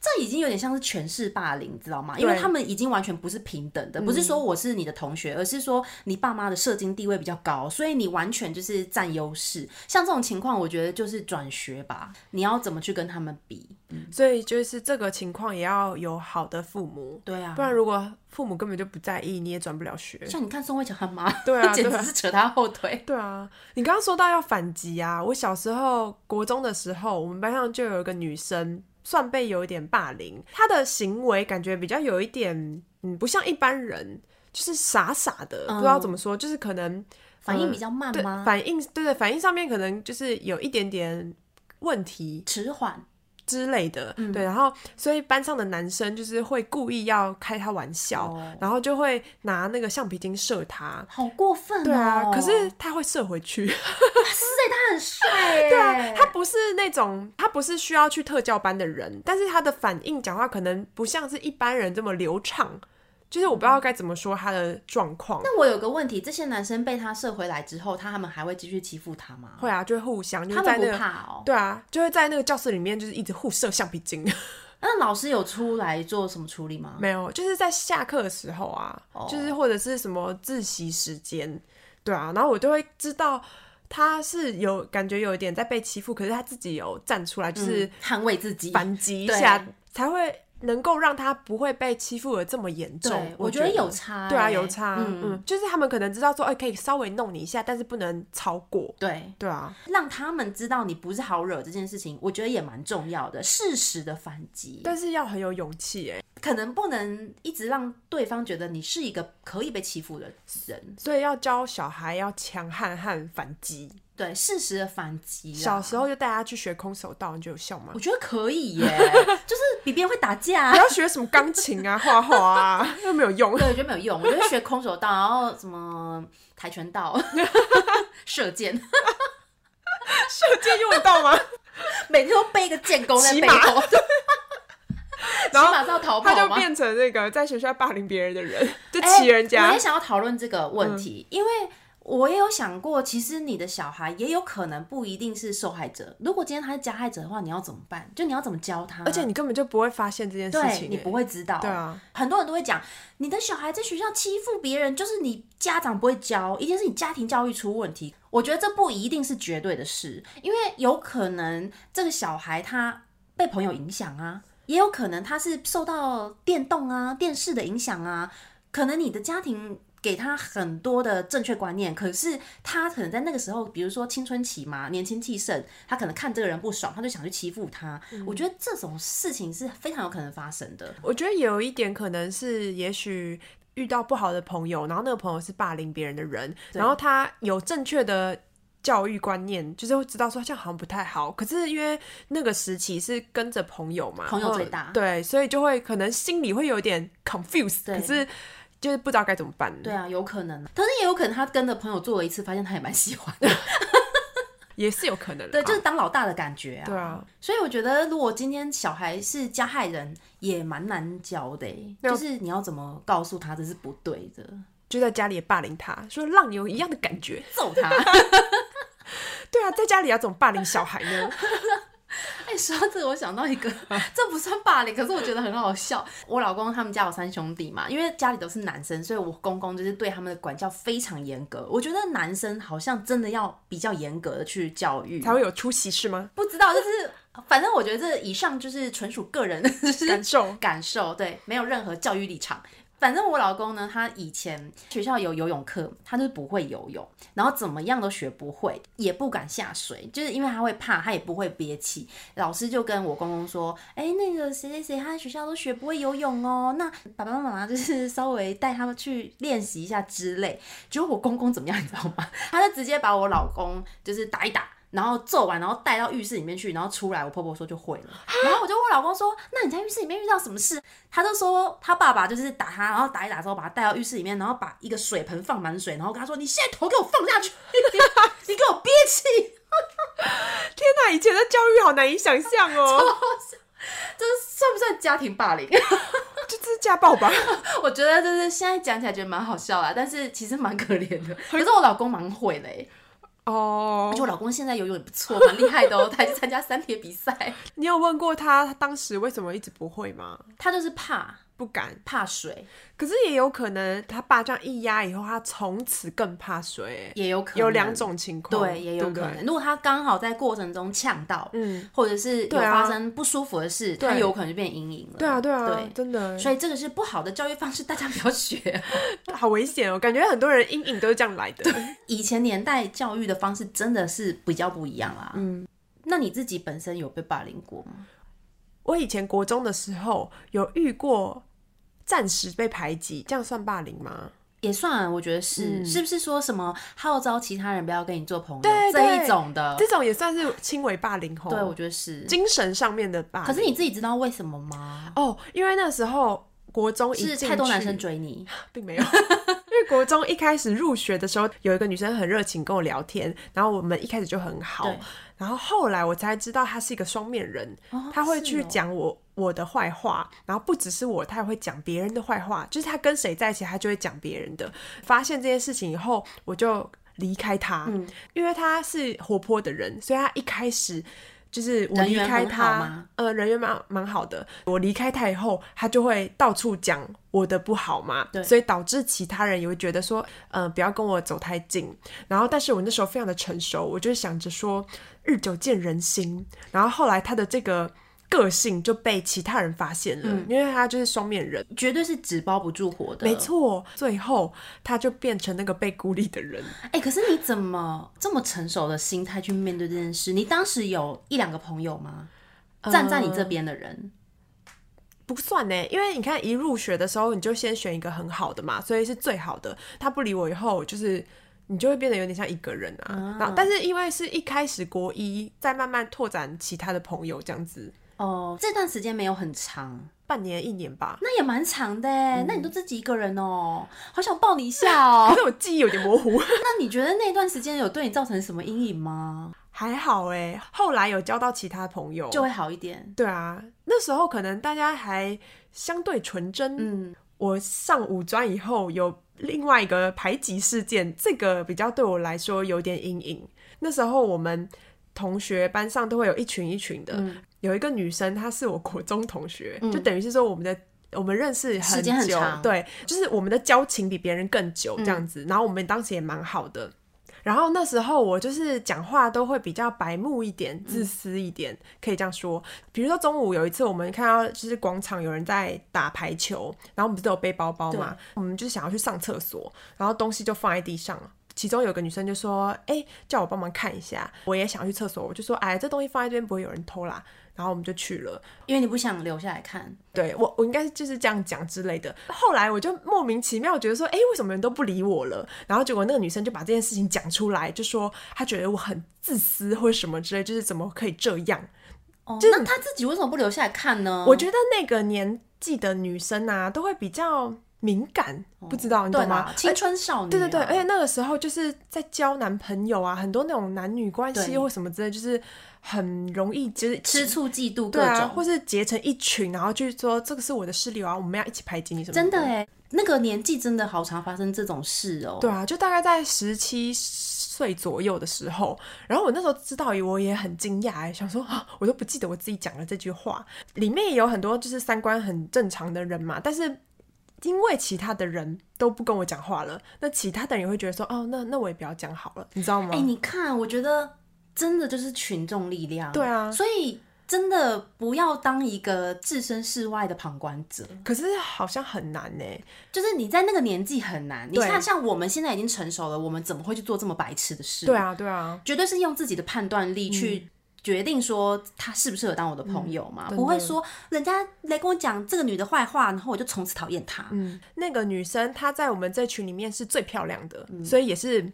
这已经有点像是权势霸凌，你知道吗？因为他们已经完全不是平等嗯的，不是说我是你的同学，而是说你爸妈的社经地位比较高，所以你完全就是占优势。像这种情况，我觉得就是转学吧。你要怎么去跟他们比？所以就是这个情况也要有好的父母，对啊不，然如果父母根本就不在意，你也转不了学。像你看宋慧乔他妈，对 啊简对直啊是扯他后腿。对啊，你刚刚说到要反击啊，我小时候国中的时候，我们班上就有一个女生，算被有一点霸凌，她的行为感觉比较有一点，嗯，不像一般人，就是傻傻的，不知道怎么说，就是可能反应比较慢对嗯啊吗？反应，对对，反应上面可能就是有一点点问题，迟缓，之类的，嗯对，然后所以班上的男生就是会故意要开他玩笑，哦然后就会拿那个橡皮筋射他，好过分哦！对啊，可是他会射回去，他很帅耶，对啊，他不是那种他不是需要去特教班的人，但是他的反应讲话可能不像是一般人这么流畅，就是我不知道该怎么说他的状况，那我有个问题，这些男生被他射回来之后，他他们还会继续欺负他吗？会啊，就会互相就是他在们那不个。怕哦。对啊，就会在那个教室里面，就是一直互射橡皮筋。 那老师有出来做什么处理吗？没有，就是在下课的时候啊，哦就是或者是什么自习时间，对啊，然后我就会知道他是有感觉有一点在被欺负，可是他自己有站出来，就是捍卫自己。反击一下，对才会能够让他不会被欺负的这么严重对。，我我觉得有。差欸、对啊，有差，嗯嗯，就是他们可能知道说，哎、可以稍微弄你一下，但是不能超过。对，对啊，让他们知道你不是好惹这件事情，我觉得也蛮重要的。适时的反击，但是要很有勇气哎，可能不能一直让对方觉得你是一个可以被欺负的人。所以要教小孩要强悍和反击。对，适时的反击。小时，候就带他去学空手道，你觉得有效吗我？觉得可以耶， 就是比别人会打架、不要学什么钢琴 啊、画画啊，又没有用。对，我觉得没有用。我觉得学空手道，然后什么跆拳道、 射箭， 射箭用得到吗？每天都背一个箭弓在骑背马后，然起码后是要逃跑他就吗？变成那个在学校霸凌别人的人，就哎骑人我家嗯也。想要讨论这个问题，因为我也有想过，其实你的小孩也有可能不一定是受害者。如果今天他是加害者的话，你要怎么办？就你要怎么教他？而且你根本就不会发现这件事对情，欸你不会知道。对啊，很多人都会讲，你的小孩在学校欺负别人，就是你家长不会教，一定是你家庭教育出问题。我觉得这不一定是绝对的事，因为有可能这个小孩他被朋友影响啊，也有可能他是受到电动啊、电视的影响啊，可能你的家庭。给他很多的正确观念，可是他可能在那个时候，比如说青春期嘛，年轻气盛，他可能看这个人不爽，他就想去欺负他。我觉得这种事情是非常有可能发生的。我觉得有一点可能是，也许遇到不好的朋友，然后那个朋友是霸凌别人的人，对然后他有正确的。教育观念就是会知道说这样好像不太好，可是因为那个时期是跟着朋友嘛，朋友最嗯大对，所以就会可能心里会有点 confused，对可是就是不知道该怎么办，对啊，有可能啊，但是也有可能他跟着朋友做了一次，发现他也蛮喜欢的，也是有可能啦， 对，就是当老大的感觉啊。对啊，所以我觉得如果今天小孩是加害人，也蛮难教的欸、那就是你要怎么告诉他这是不对的，就在家里也霸凌他，说让你有一样的感觉，揍他。对啊，在家里要怎么霸凌小孩呢？ 哎、说到这个，我想到一 个，这不算霸凌，可是我觉得很好笑。我老公他们家有三兄弟嘛，因为家里都是男生，所以我公公就是对他们的管教非常严格。我觉得男生好像真的要比较严格的去教育，才会有出息是吗？不知道，就是反正我觉得这以上就是纯属个人就是感受 感受，对，没有任何教育立场。反正我老公呢，他以前学校有游泳课，他就是不会游泳，然后怎么样都学不会，也不敢下水，就是因为他会怕，他也不会憋气。老师就跟我公公说：“哎、那个谁谁谁，他在学校都学不会游泳哦，那爸爸妈妈就是稍微带他们去练习一下之类。”结果我公公怎么样，你知道吗？ 他就直接把我老公就是打一打。然后揍完，然后带到浴室里面去，然后出来，我婆婆说就会了。然后我就问我老公说：“那你在浴室里面遇到什么事？”他就说他爸爸就是打他，然后打一打之后把他带到浴室里面，然后把一个水盆放满水，然后跟他说：“你现在头给我放下去， 你给我憋气。天哪，以前的教育好难以想象哦，”这算不算家庭霸凌？这这是家暴吧？ 我觉得就是现在讲起来觉得蛮好笑啦，但是其实蛮可怜的。 可是我老公蛮会的、欸， 哦而且，我老公现在游泳也不错，蛮厉害的哦，他还去参加三铁比赛。你有问过他他当时为什么一直不会吗？他就是怕不敢，怕水，可是也有可能他爸这样一压以后，他从此更怕水。也有可能有两种情况，对，也有不可对能。如果他刚好在过程中呛到，嗯，或者是有对啊发生不舒服的事，对他有可能就变阴影了。对啊，对啊，对真的，所以这个是不好的教育方式，大家不要学。好危险哦！感觉很多人阴影都是这样来的。以前年代教育的方式真的是比较不一样啦。嗯，那你自己本身有被霸凌过吗？我以前国中的时候有遇过暂时被排挤，这样算霸凌吗？也算啊，我觉得嗯是，是不是说什么号召其他人不要跟你做朋友对这对一种的？这种也算是轻微霸凌吼。呃对，我觉得是。精神上面的霸凌。可是你自己知道为什么吗？哦，因为那时候国中一是进太多男去生追你，并没有。 因为国中一开始入学的时候，有一个女生很热情跟我聊天，然后我们一开始就很好对，然后后来我才知道她是一个双面人，哦她会是去哦讲我、我的坏话，然后不只是我，她也会讲别人的坏话，就是她跟谁在一起，她就会讲别人的。发现这件事情以后，我就离开她，嗯因为她是活泼的人，所以她一开始。就是我人离缘开很好她吗，呃，人缘蛮蛮好的。我离开他以后，他就会到处讲我的不好嘛，对所以导致其他人也会觉得说，呃，不要跟我走太近。然后，但是我那时候非常的成熟，我就是想着说，日久见人心。然后后来他的这个个性就被其他人发现了，嗯因为他就是双面人，绝对是纸包不住火的。没。错。最后他就变成那个被孤立的人。哎、可是你怎么这么成熟的心态去面对这件事？你当时有一两个朋友吗？站在你这边的人，不算呢，因为你看一入学的时候，你就先选一个很好的嘛，所以是最好的。他不理我以后，就是你就会变得有点像一个人啊。然后，但是因为是一开始国一，再慢慢拓展其他的朋友，这样子哦，这段时间没有很长，半年一年吧。那也蛮长的欸、那你都自己一个人哦，好想抱你一下哦 可。是我记忆有点模糊， 那你觉得那段时间有对你造成什么阴影吗？还好哎。后来有交到其他朋友，就会好一点。对啊，那时候可能大家还相对纯真。嗯，我上五专以后有另外一个排挤事件，这个比较对我来说有点阴影。那时候我们同学班上都会有一群一群的，有一个女生她是我国中同学，就等于是说我们的。我们认识时很久，间很长嗯对，就是我们的交情比别人更久这样子。然后我们当时也蛮好的，然后那时候我就是讲话都会比较白目一点、自私一点，可以这样说。比如说中午有一次，我们看到就是广场有人在打排球，然后我们不是都有背包包嘛对，我们就想要去上厕所，然后东西就放在地上了。其中有个女生就说：“哎、叫我帮忙看一下，我也想去厕所。”我就说：“哎，这东西放在这边不会有人偷啦。”然后我们就去了。因为你不想留下来看，对我，我应该就是这样讲之类的。后来我就莫名其妙觉得说，哎、为什么人都不理我了？然后结果那个女生就把这件事情讲出来，就说她觉得我很自私或者什么之类，就是怎么可以这样？哦，那他自己为什么不留下来看呢？我觉得那个年纪的女生啊，都会比较敏感，不知道你哦对懂吗啦，？青春少女、啊，对对对，而且那个时候就是在交男朋友啊，很多那种男女关系对或什么之类，就是很容易就是吃醋、嫉妒各对种，啊，或是结成一群，然后就说这个是我的势力啊，我们要一起排挤你什么真的哎，那个年纪真的好常发生这种事哦。对，啊，就大概在十七岁左右的时候，然后我那时候知道，我也很惊讶欸，想说啊，我都不记得我自己讲了这句话。里面也有很多就是三观很正常的人嘛，但是因为其他的人都不跟我讲话了，那其他的人也会觉得说，哦，那那我也不要讲好了，你知道吗？哎，你看，我觉得真的就是群众力量。对啊所以真的不要当一个置身事外的旁观者，可是好像很难呢、欸就是你在那个年纪很难。你对看，像我们现在已经成熟了，我们怎么会去做这么白痴的事？对，啊，嗯对啊，绝对是用自己的判断力去。决定说他适不适合当我的朋友嘛，嗯真的不会说人家来跟我讲这个女的坏话，然后我就从此讨厌她。嗯，那个女生她在我们这群里面是最漂亮的，嗯所以也是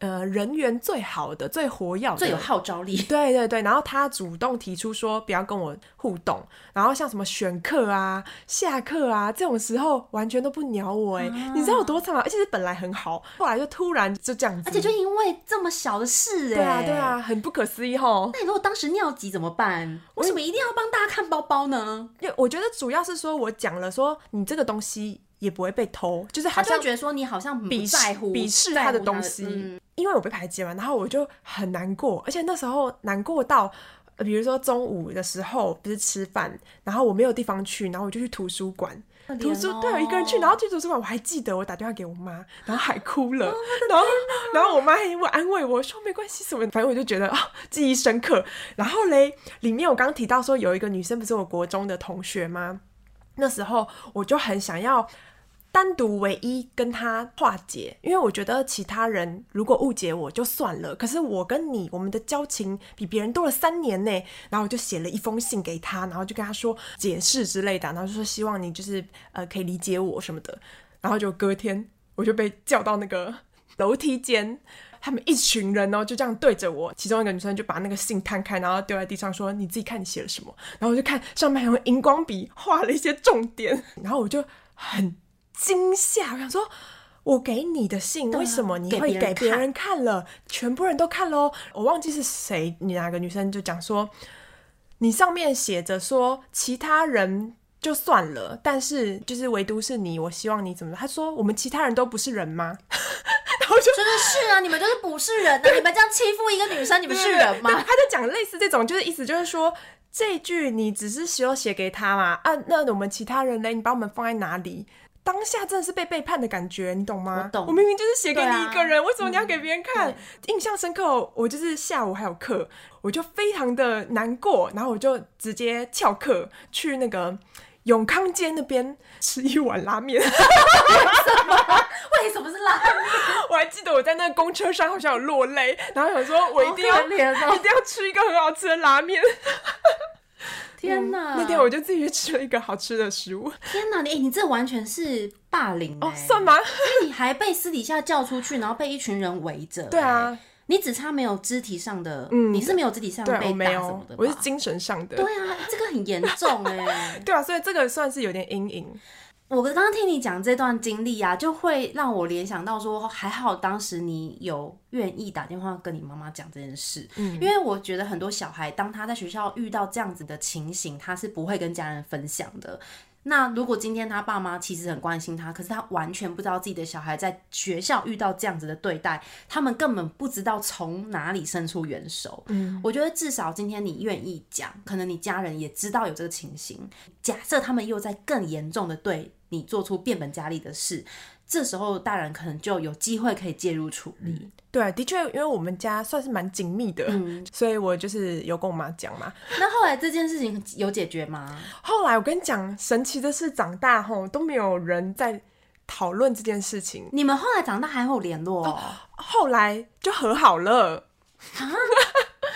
呃人缘最好的、最活跃的、最有号召力。对对对，然后他主动提出说不要跟我互动，然后像什么选课啊、下课啊这种时候完全都不鸟我哎、你知道有多惨吗？而且是本来很好，后来就突然就啊这样子，而且就因为这么小的事、哎，对啊对。啊，很不可思议吼。那你如果当时尿急怎么办？为什么一定要帮大家看包包呢？因为我觉得主要是说我讲了说你这个东西也不会被偷，就是好他就像会觉得说你好像不鄙视在乎，鄙视在乎他的东西，嗯因为我被排挤嘛，然后我就很难过，而且那时候难过到，呃比如说中午的时候不是吃饭，然后我没有地方去，然后我就去图书馆，可怜图哦书对，我啊一个人去，然后去图书馆，我还记得我打电话给我妈，然后还哭 了，然后然后我妈还我安慰我说没关系什么，反正我就觉得啊、记忆深刻。然后嘞，里面我刚刚提到说有一个女生不是我国中的同学吗？那时候我就很想要单独唯一跟他化解，因为我觉得其他人如果误解我就算了，可是我跟你我们的交情比别人多了三年呢，然后我就写了一封信给他，然后就跟他说解释之类的，然后就说希望你就是呃可以理解我什么的，然后就隔天我就被叫到那个 楼梯间。他们一群人哦，就这样对着我。其中一个女生就把那个信摊开，然后丢在地上，说：“你自己看你写了什么。”然后我就看上面还用荧光笔画了一些重点，然后我就很惊吓，我想说。我给你的信，为什么你啊给会别人给别看人看了？全部人都看喽。我忘记是谁，你哪个女生就讲说，你上面写着说其他人就算了，但是就是唯独是你，我希望你怎么？他说我们其他人都不是人吗？然后我就真的是啊，你们就是不 是人啊！你们这样欺负一个女生，你们是人对吗？他就讲类似这种，就是意思就是说。这一句你只是需要写给他嘛？啊，那我们其他人呢？你把我们放在哪里？当下真的是被背叛的感觉，你懂吗？我懂明明就是写给对你啊嗯一个人，为什么你要给别人看？对印象深刻哦，我就是下午还有课，我就非常的难过，然后我就直接翘课去那个永康街那边吃一碗拉面。 为什么是拉嗯面？我还记得我在那个公车上好像有落泪，然后想说我一定要、好可怜哦一定要吃一个很好吃的拉面。天哪！那天我就自己去吃了一个好吃的食物，天哪！你、哎你这完全是霸凌、哦，哎算吗？你还被私底下叫出去，然后被一群人围着、对啊哎，你只差没有肢体上的，嗯你是没有肢体上对哎被，打我没什么有的吧，我是精神上的。对啊，这个很严重哎、对啊，所以这个算是有点阴影。我刚刚听你讲这段经历啊，就会让我联想到说，还好当时你有愿意打电话跟你妈妈讲这件事，嗯，因为我觉得很多小孩当他在学校遇到这样子的情形，他是不会跟家人分享的。那如果今天他爸妈其实很关心他，可是他完全不知道自己的小孩在学校遇到这样子的对待，他们根本不知道从哪里伸出援手。嗯，我觉得至少今天你愿意讲，可能你家人也知道有这个情形。假设他们又在更严重的对你做出变本加厉的事，这时候大人可能就有机会可以介入处理。对，啊的确，因为我们家算是蛮紧密的，嗯所以我就是有跟我妈讲嘛。那后来这件事情有解决吗？后来我跟你讲，神奇的是长大后都没有人在讨论这件事情，你们后来长大还有联络、哦？后来就和好了。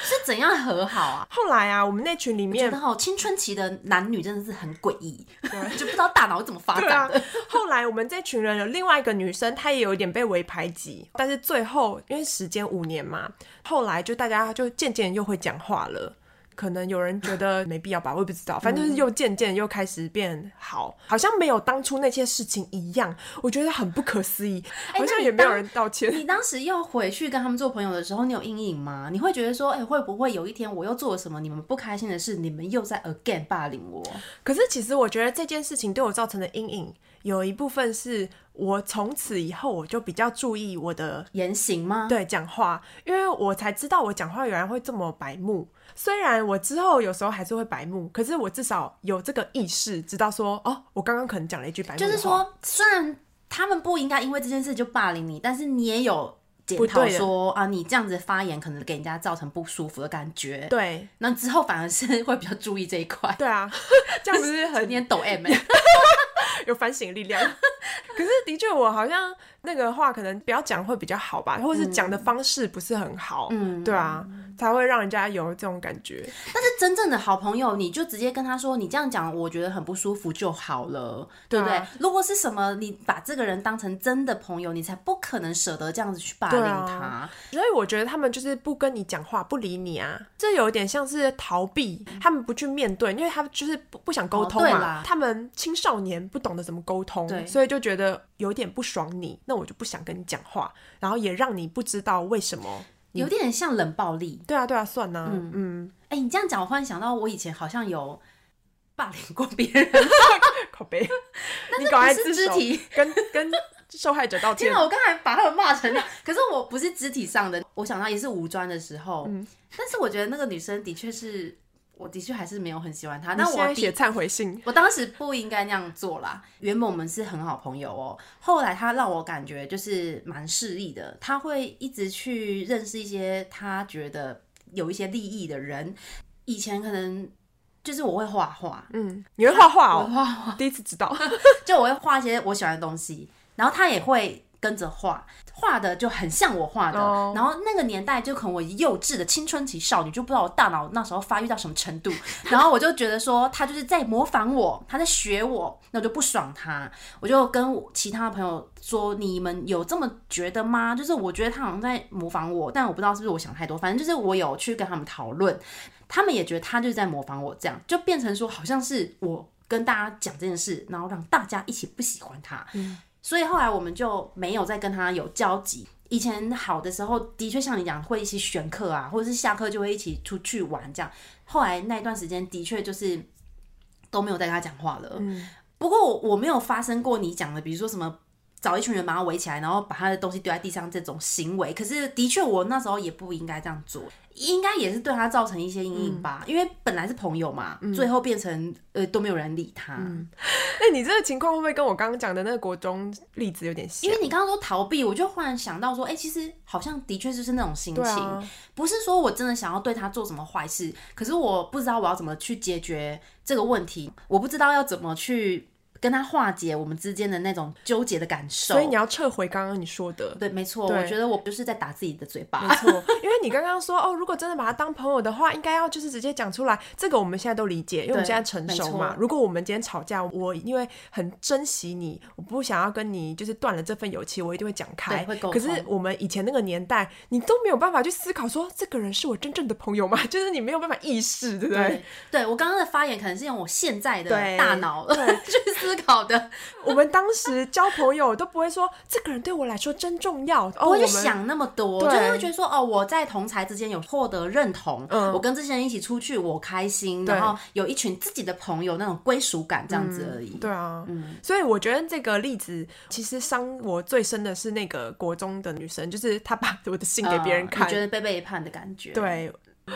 是怎样和好啊？后来啊，我们那群里面然后青春期的男女真的是很诡异，对 就不知道大脑怎么发对展啊的。，后来我们这群人有另外一个女生，她也有一点被围排挤，但是最后因为时间五年嘛，后来就大家就渐渐又会讲话了。可能有人觉得没必要吧，我也不知道，反正就是又渐渐又开始变好，好像没有当初那些事情一样，我觉得很不可思议，哎好像那也你没有当人道歉。你当时要回去跟他们做朋友的时候，你有阴影吗？你会觉得说，哎、会不会有一天我又做了什么你们不开心的事，你们又在 again 霸凌我？可是其实我觉得这件事情对我造成的阴影，有一部分是我从此以后我就比较注意我的言行吗？，对讲话，因为我才知道我讲话原来会这么白目。虽然我之后有时候还是会白目，可是我至少有这个意识，知道说哦，我刚刚可能讲了一句白目的就话，是说，虽然他们不应该因为这件事就霸凌你，但是你也有检不讨对的说啊，你这样子发言可能给人家造成不舒服的感觉。，对那之后反而是会比较注意这一块。 对啊， 这样不是今很天抖 M 欸有反省力量。 可是的确，我好像那个话可能不要讲会比较好吧，或者是讲嗯的方式不是很好，嗯，对啊，才会让人家有这种感觉。但是真正的好朋友，你就直接跟他说，你这样讲，我觉得很不舒服就好了，对不对对啊？如果是什么，你把这个人当成真的朋友，你才不可能舍得这样子去霸凌对他啊。所以我觉得他们就是不跟你讲话，不理你啊，这有点像是逃避，他们不去面对，因为他们就是不不想沟通哦对嘛。啦他们青少年不懂得怎么沟通对，所以就觉得有点不爽你，那我就不想跟你讲话，然后也让你不知道为什么。有点像冷暴力。对啊，对啊，算呐、嗯哎、你这样讲，我忽然想到，我以前好像有霸凌过别人。靠 背，你赶快不自是肢首体，跟跟受害者道天歉 啊哪，。我刚才把他们骂成那样， 可是我不是肢体上的，我想到也是无专的时候。嗯但是我觉得那个女生的确是，我的确还是没有很喜欢她。你那现我在的写忏悔信，我当时不应该那样做啦。原本我们是很好朋友哦、后来他让我感觉就是蛮势利的，他会一直去认识一些他觉得有一些利益的人。以前可能就是我会画画，嗯，你会画画我哦，画画 第一次知道。 就我会画一些我喜欢的东西，然后他也会跟着画，画的就很像我画的。哦然后那个年代就可能我幼稚的青春期少女，就不知道我大脑那时候发育到什么程度， 然后我就觉得说他就是在模仿我，他在学我，那我就不爽他，我就跟我其他的朋友说，你们有这么觉得吗？就是我觉得他好像在模仿我，但我不知道是不是我想太多，反正就是我有去跟他们讨论。他们也觉得他就是在模仿我，这样就变成说好像是我跟大家讲这件事，然后让大家一起不喜欢他。所以后来我们就没有再跟他有交集。以前好的时候，的确像你讲，会一起选课啊，或者是下课就会一起出去玩这样。后来那段时间的确就是都没有再跟他讲话了。不过我我没有发生过你讲的，比如说什么。找一群人把他围起来，然后把他的东西丢在地上这种行为，可是的确我那时候也不应该这样做，应该也是对他造成一些阴影吧，嗯因为本来是朋友嘛，最后变成呃都没有人理他，哎、你这个情况会不会跟我刚刚讲的那个国中例子有点像因？为你刚刚说逃避，我就忽然想到说，哎、其实好像的确就是那种心情，对啊不是说我真的想要对他做什么坏事，可是我不知道我要怎么去解决这个问题，我不知道要怎么去跟他化解我们之间的那种纠结的感受。所以你要撤回刚刚你说的。对，没错，对嗯我觉得我就是在打自己的嘴巴没。 错，因为你刚刚说哦，如果真的把他当朋友的话，应该要就是直接讲出来。这个我们现在都理解，因为我们对现在成熟嘛没错。如果我们今天吵架，我因为很珍惜你，我不想要跟你就是断了这份友情，我一定会讲开。对会沟可通是我们以前那个年代，你都没有办法去思考说这个人是我真正的朋友吗？ 就是你没有办法意识，对不对？对，对我刚刚的发言可能是用我现在的对大脑 去思思考的，我们当时交朋友都不会说这个人对我来说真重要，哦，不我会去们想那么多，就对会觉得说哦，我在同才之间有获得认同，嗯我跟这些人一起出去，我开心，对然后有一群自己的朋友那种归属感这样子而已。对啊，嗯所以我觉得这个例子其实伤我最深的是那个国中的女生，就是她把我的信嗯给别人看，你觉得被背叛的感觉？，对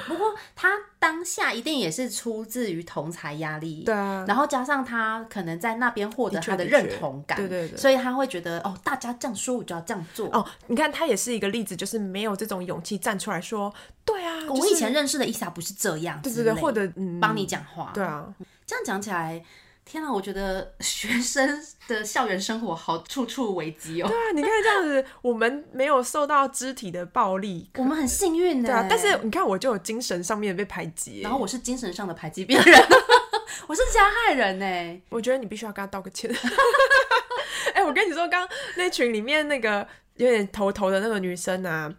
不过他当下一定也是出自于同才压力，对啊，然后加上他可能在那边获得的确他的的认确同感，对对对所以他会觉得哦，大家这样说我就要这样做。哦，你看她也是一个例子，就是没有这种勇气站出来说，对啊，我就是以前认识的伊莎不是这样之对类，对对，或者嗯，帮你讲话，对啊，这样讲起来，天啊，我觉得学生的校园生活好处处危机哦。对啊，你看这样子，我们没有受到肢体的暴力，我们很幸运的、欸对啊，但是你看我就有精神上面被排挤，然后我是精神上的排挤别人， 我是加害人欸呢。我觉得你必须要跟他道个歉。 哎、我跟你说，刚那群里面那个有点头头的那个女生啊，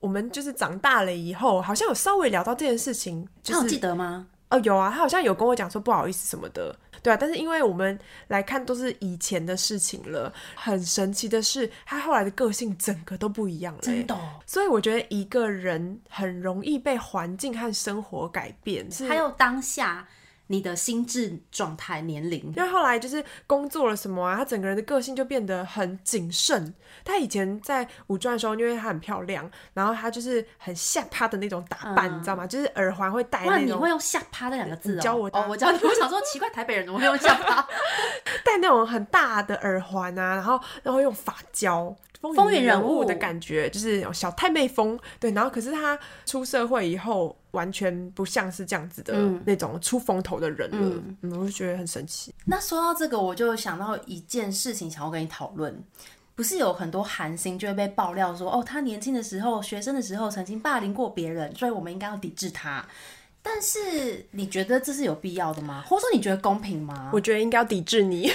我们就是长大了以后，好像有稍微聊到这件事情，就他有是记得吗？哦有啊，她好像有跟我讲说不好意思什么的，对啊，但是因为我们来看都是以前的事情了，很神奇的是，她后来的个性整个都不一样了、欸真的哦、所以我觉得一个人很容易被环境和生活改变，是还有当下你的心智状态、年龄，因为后来就是工作了什么啊，她整个人的个性就变得很谨慎。她以前在五专的时候，因为她很漂亮，然后她就是很下趴的那种打扮，嗯你知道吗？就是耳环会戴哇，那你会种，用下趴这两个字哦？你教我的哦，我教你。我想说，奇怪，台北人怎么会用下趴？戴那种很大的耳环啊，然后然后用发胶。风风云云人人物物的感觉，就是有小太妹风，对。然后，可是她出社会以后，完全不像是这样子的嗯那种出风头的人了。嗯啊嗯我就觉得很神奇。那说到这个，我就想到一件事情，想要跟你讨论。不是有很多韩星就会被爆料说，哦，他年轻的时候、学生的时候曾经霸凌过别人，所以我们应该要抵制他。但是你觉得这是有必要的吗？或者说你觉得公平吗？我觉得应该要抵制 你，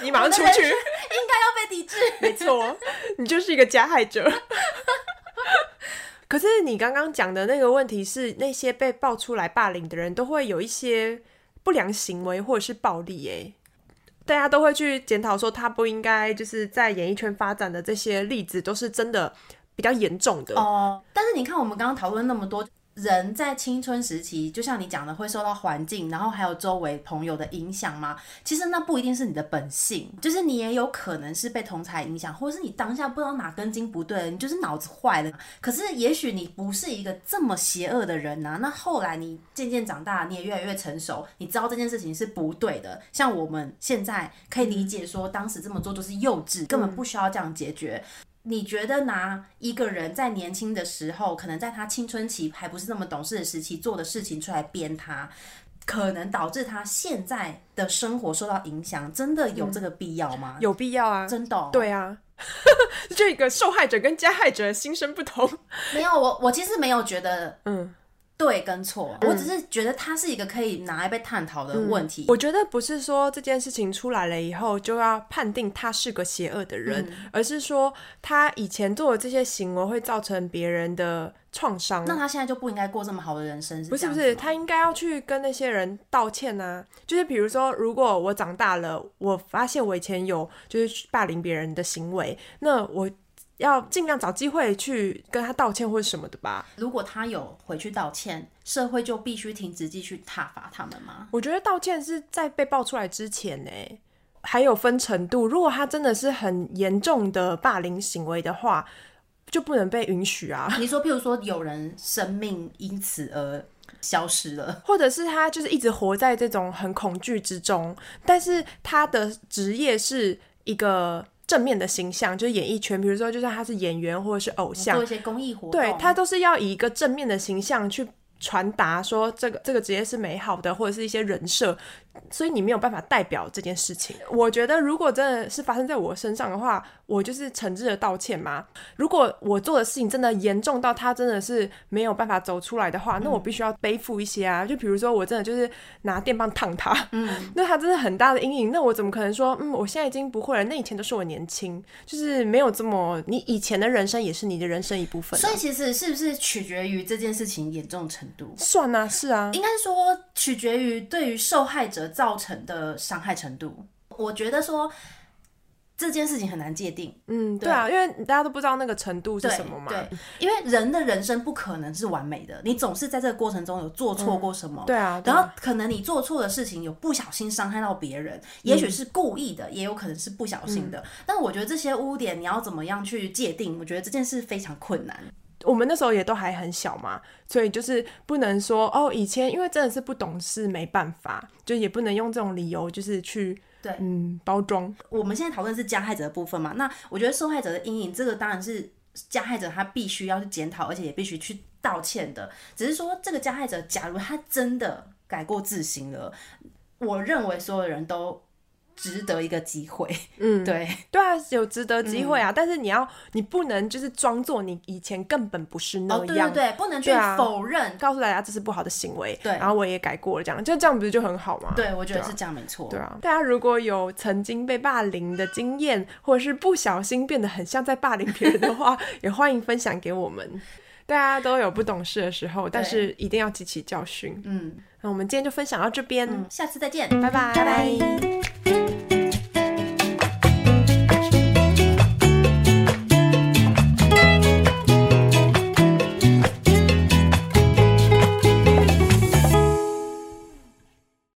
你马上出去。应该要被抵制。 没错，你就是一个加害 者。可是你刚刚讲的那个问题是，那些被爆出来霸凌的人都会有一些不良行为或者是暴力、欸，大家都会去检讨说他不应该就是在演艺圈发展的这些例子都是真的比较严重的。哦，但是你看，我们刚刚讨论那么多，人在青春时期，就像你讲的，会受到环境，然后还有周围朋友的影响吗？其实那不一定是你的本性，就是你也有可能是被同才影响，或者是你当下不知道哪根筋不对，你就是脑子坏了。可是也许你不是一个这么邪恶的人呐、啊那后来你渐渐长大，你也越来越成熟，你知道这件事情是不对的。像我们现在可以理解说，当时这么做就是幼嗯稚，根本不需要这样解决。你觉得拿一个人在年轻的时候，可能在他青春期还不是那么懂事的时期做的事情出来编他，可能导致他现在的生活受到影响，真的有这个必要吗？有必要啊？真的哦、对啊， 这个受害者跟加害者心生不同。 没有我，我其实没有觉得嗯，对跟错，我只是觉得它是一个可以拿来被探讨的问题。我觉得不是说这件事情出来了以后就要判定他是个邪恶的人，嗯而是说他以前做的这些行为会造成别人的创伤。那他现在就不应该过这么好的人生，不是是这不样是，子吗他应该要去跟那些人道歉呐、就是比如说，如果我长大了，我发现我以前有就是霸凌别人的行为，那我要尽量找机会去跟他道歉或者什么的吧。如果他有回去道歉，社会就必须停止继续挞伐他们吗？我觉得道歉是在被爆出来之前呢、还有分程度。如果他真的是很严重的霸凌行为的话，就不能被允许啊。 你说，譬如说有人生命因此而消失了，或者是他就是一直活在这种很恐惧之中，但是他的职业是一个正面的形象，就是演艺圈，比如说就算他是演员或者是偶像做一，些公益活动，对他都是要以一个正面的形象去传达说这个这个职业是美好的，或者是一些人设，所以你没有办法代表这件事情。我觉得如果真的是发生在我身上的话，我就是诚挚的道歉嘛。如果我做的事情真的严重到他真的是没有办法走出来的嗯话，那我必须要背负一些啊。就比如说我真的就是拿电棒烫他，嗯， 那他真的很大的阴影。那我怎么可能说，嗯，我现在已经不会了？那以前都是我年轻，就是没有这么，你以前的人生也是你的人生一部分啊、所以其实是不是取决于这件事情严重程度？算啊，是啊，应该说取决于对于受害者者造成的伤害程度。我觉得说这件事情很难界定，嗯，对啊，因为大家都不知道那个程度是对什么嘛。对，因为人的人生不可能是完美的，你总是在这个过程中有做错过什么。对啊，对然啊后可能你做错的事情有不小心伤害到别人，嗯也许是故意的，也有可能是不小心的。但我觉得这些污点你要怎么样去界定？我觉得这件事非常困难。我们那时候也都还很小嘛，所以就是不能说哦，以前因为真的是不懂事，没办法，就也不能用这种理由就是去对嗯包装。我们现在讨论是加害者的部分嘛？那我觉得受害者的阴影，这个当然是加害者他必须要去检讨，而且也必须去道歉的。只是说这个加害者，假如他真的改过自新了，我认为所有人都值得一个机会。嗯，对，对啊，有值得机会啊，嗯但是你要你不能就是装作你以前根本不是那哦，对样，对对，不能去对啊否认。告诉大家这是不好的行为，对然后我也改过了，这样就这样不是就很好吗？对，我觉得对啊是这样，没错。对啊，大家如果有曾经被霸凌的经验，或者是不小心变得很像在霸凌别人的 话，也欢迎分享给我们。大家都有不懂事的时候，但是一定要汲取教训。嗯那我们今天就分享到这边，嗯，下次再见，嗯拜拜拜拜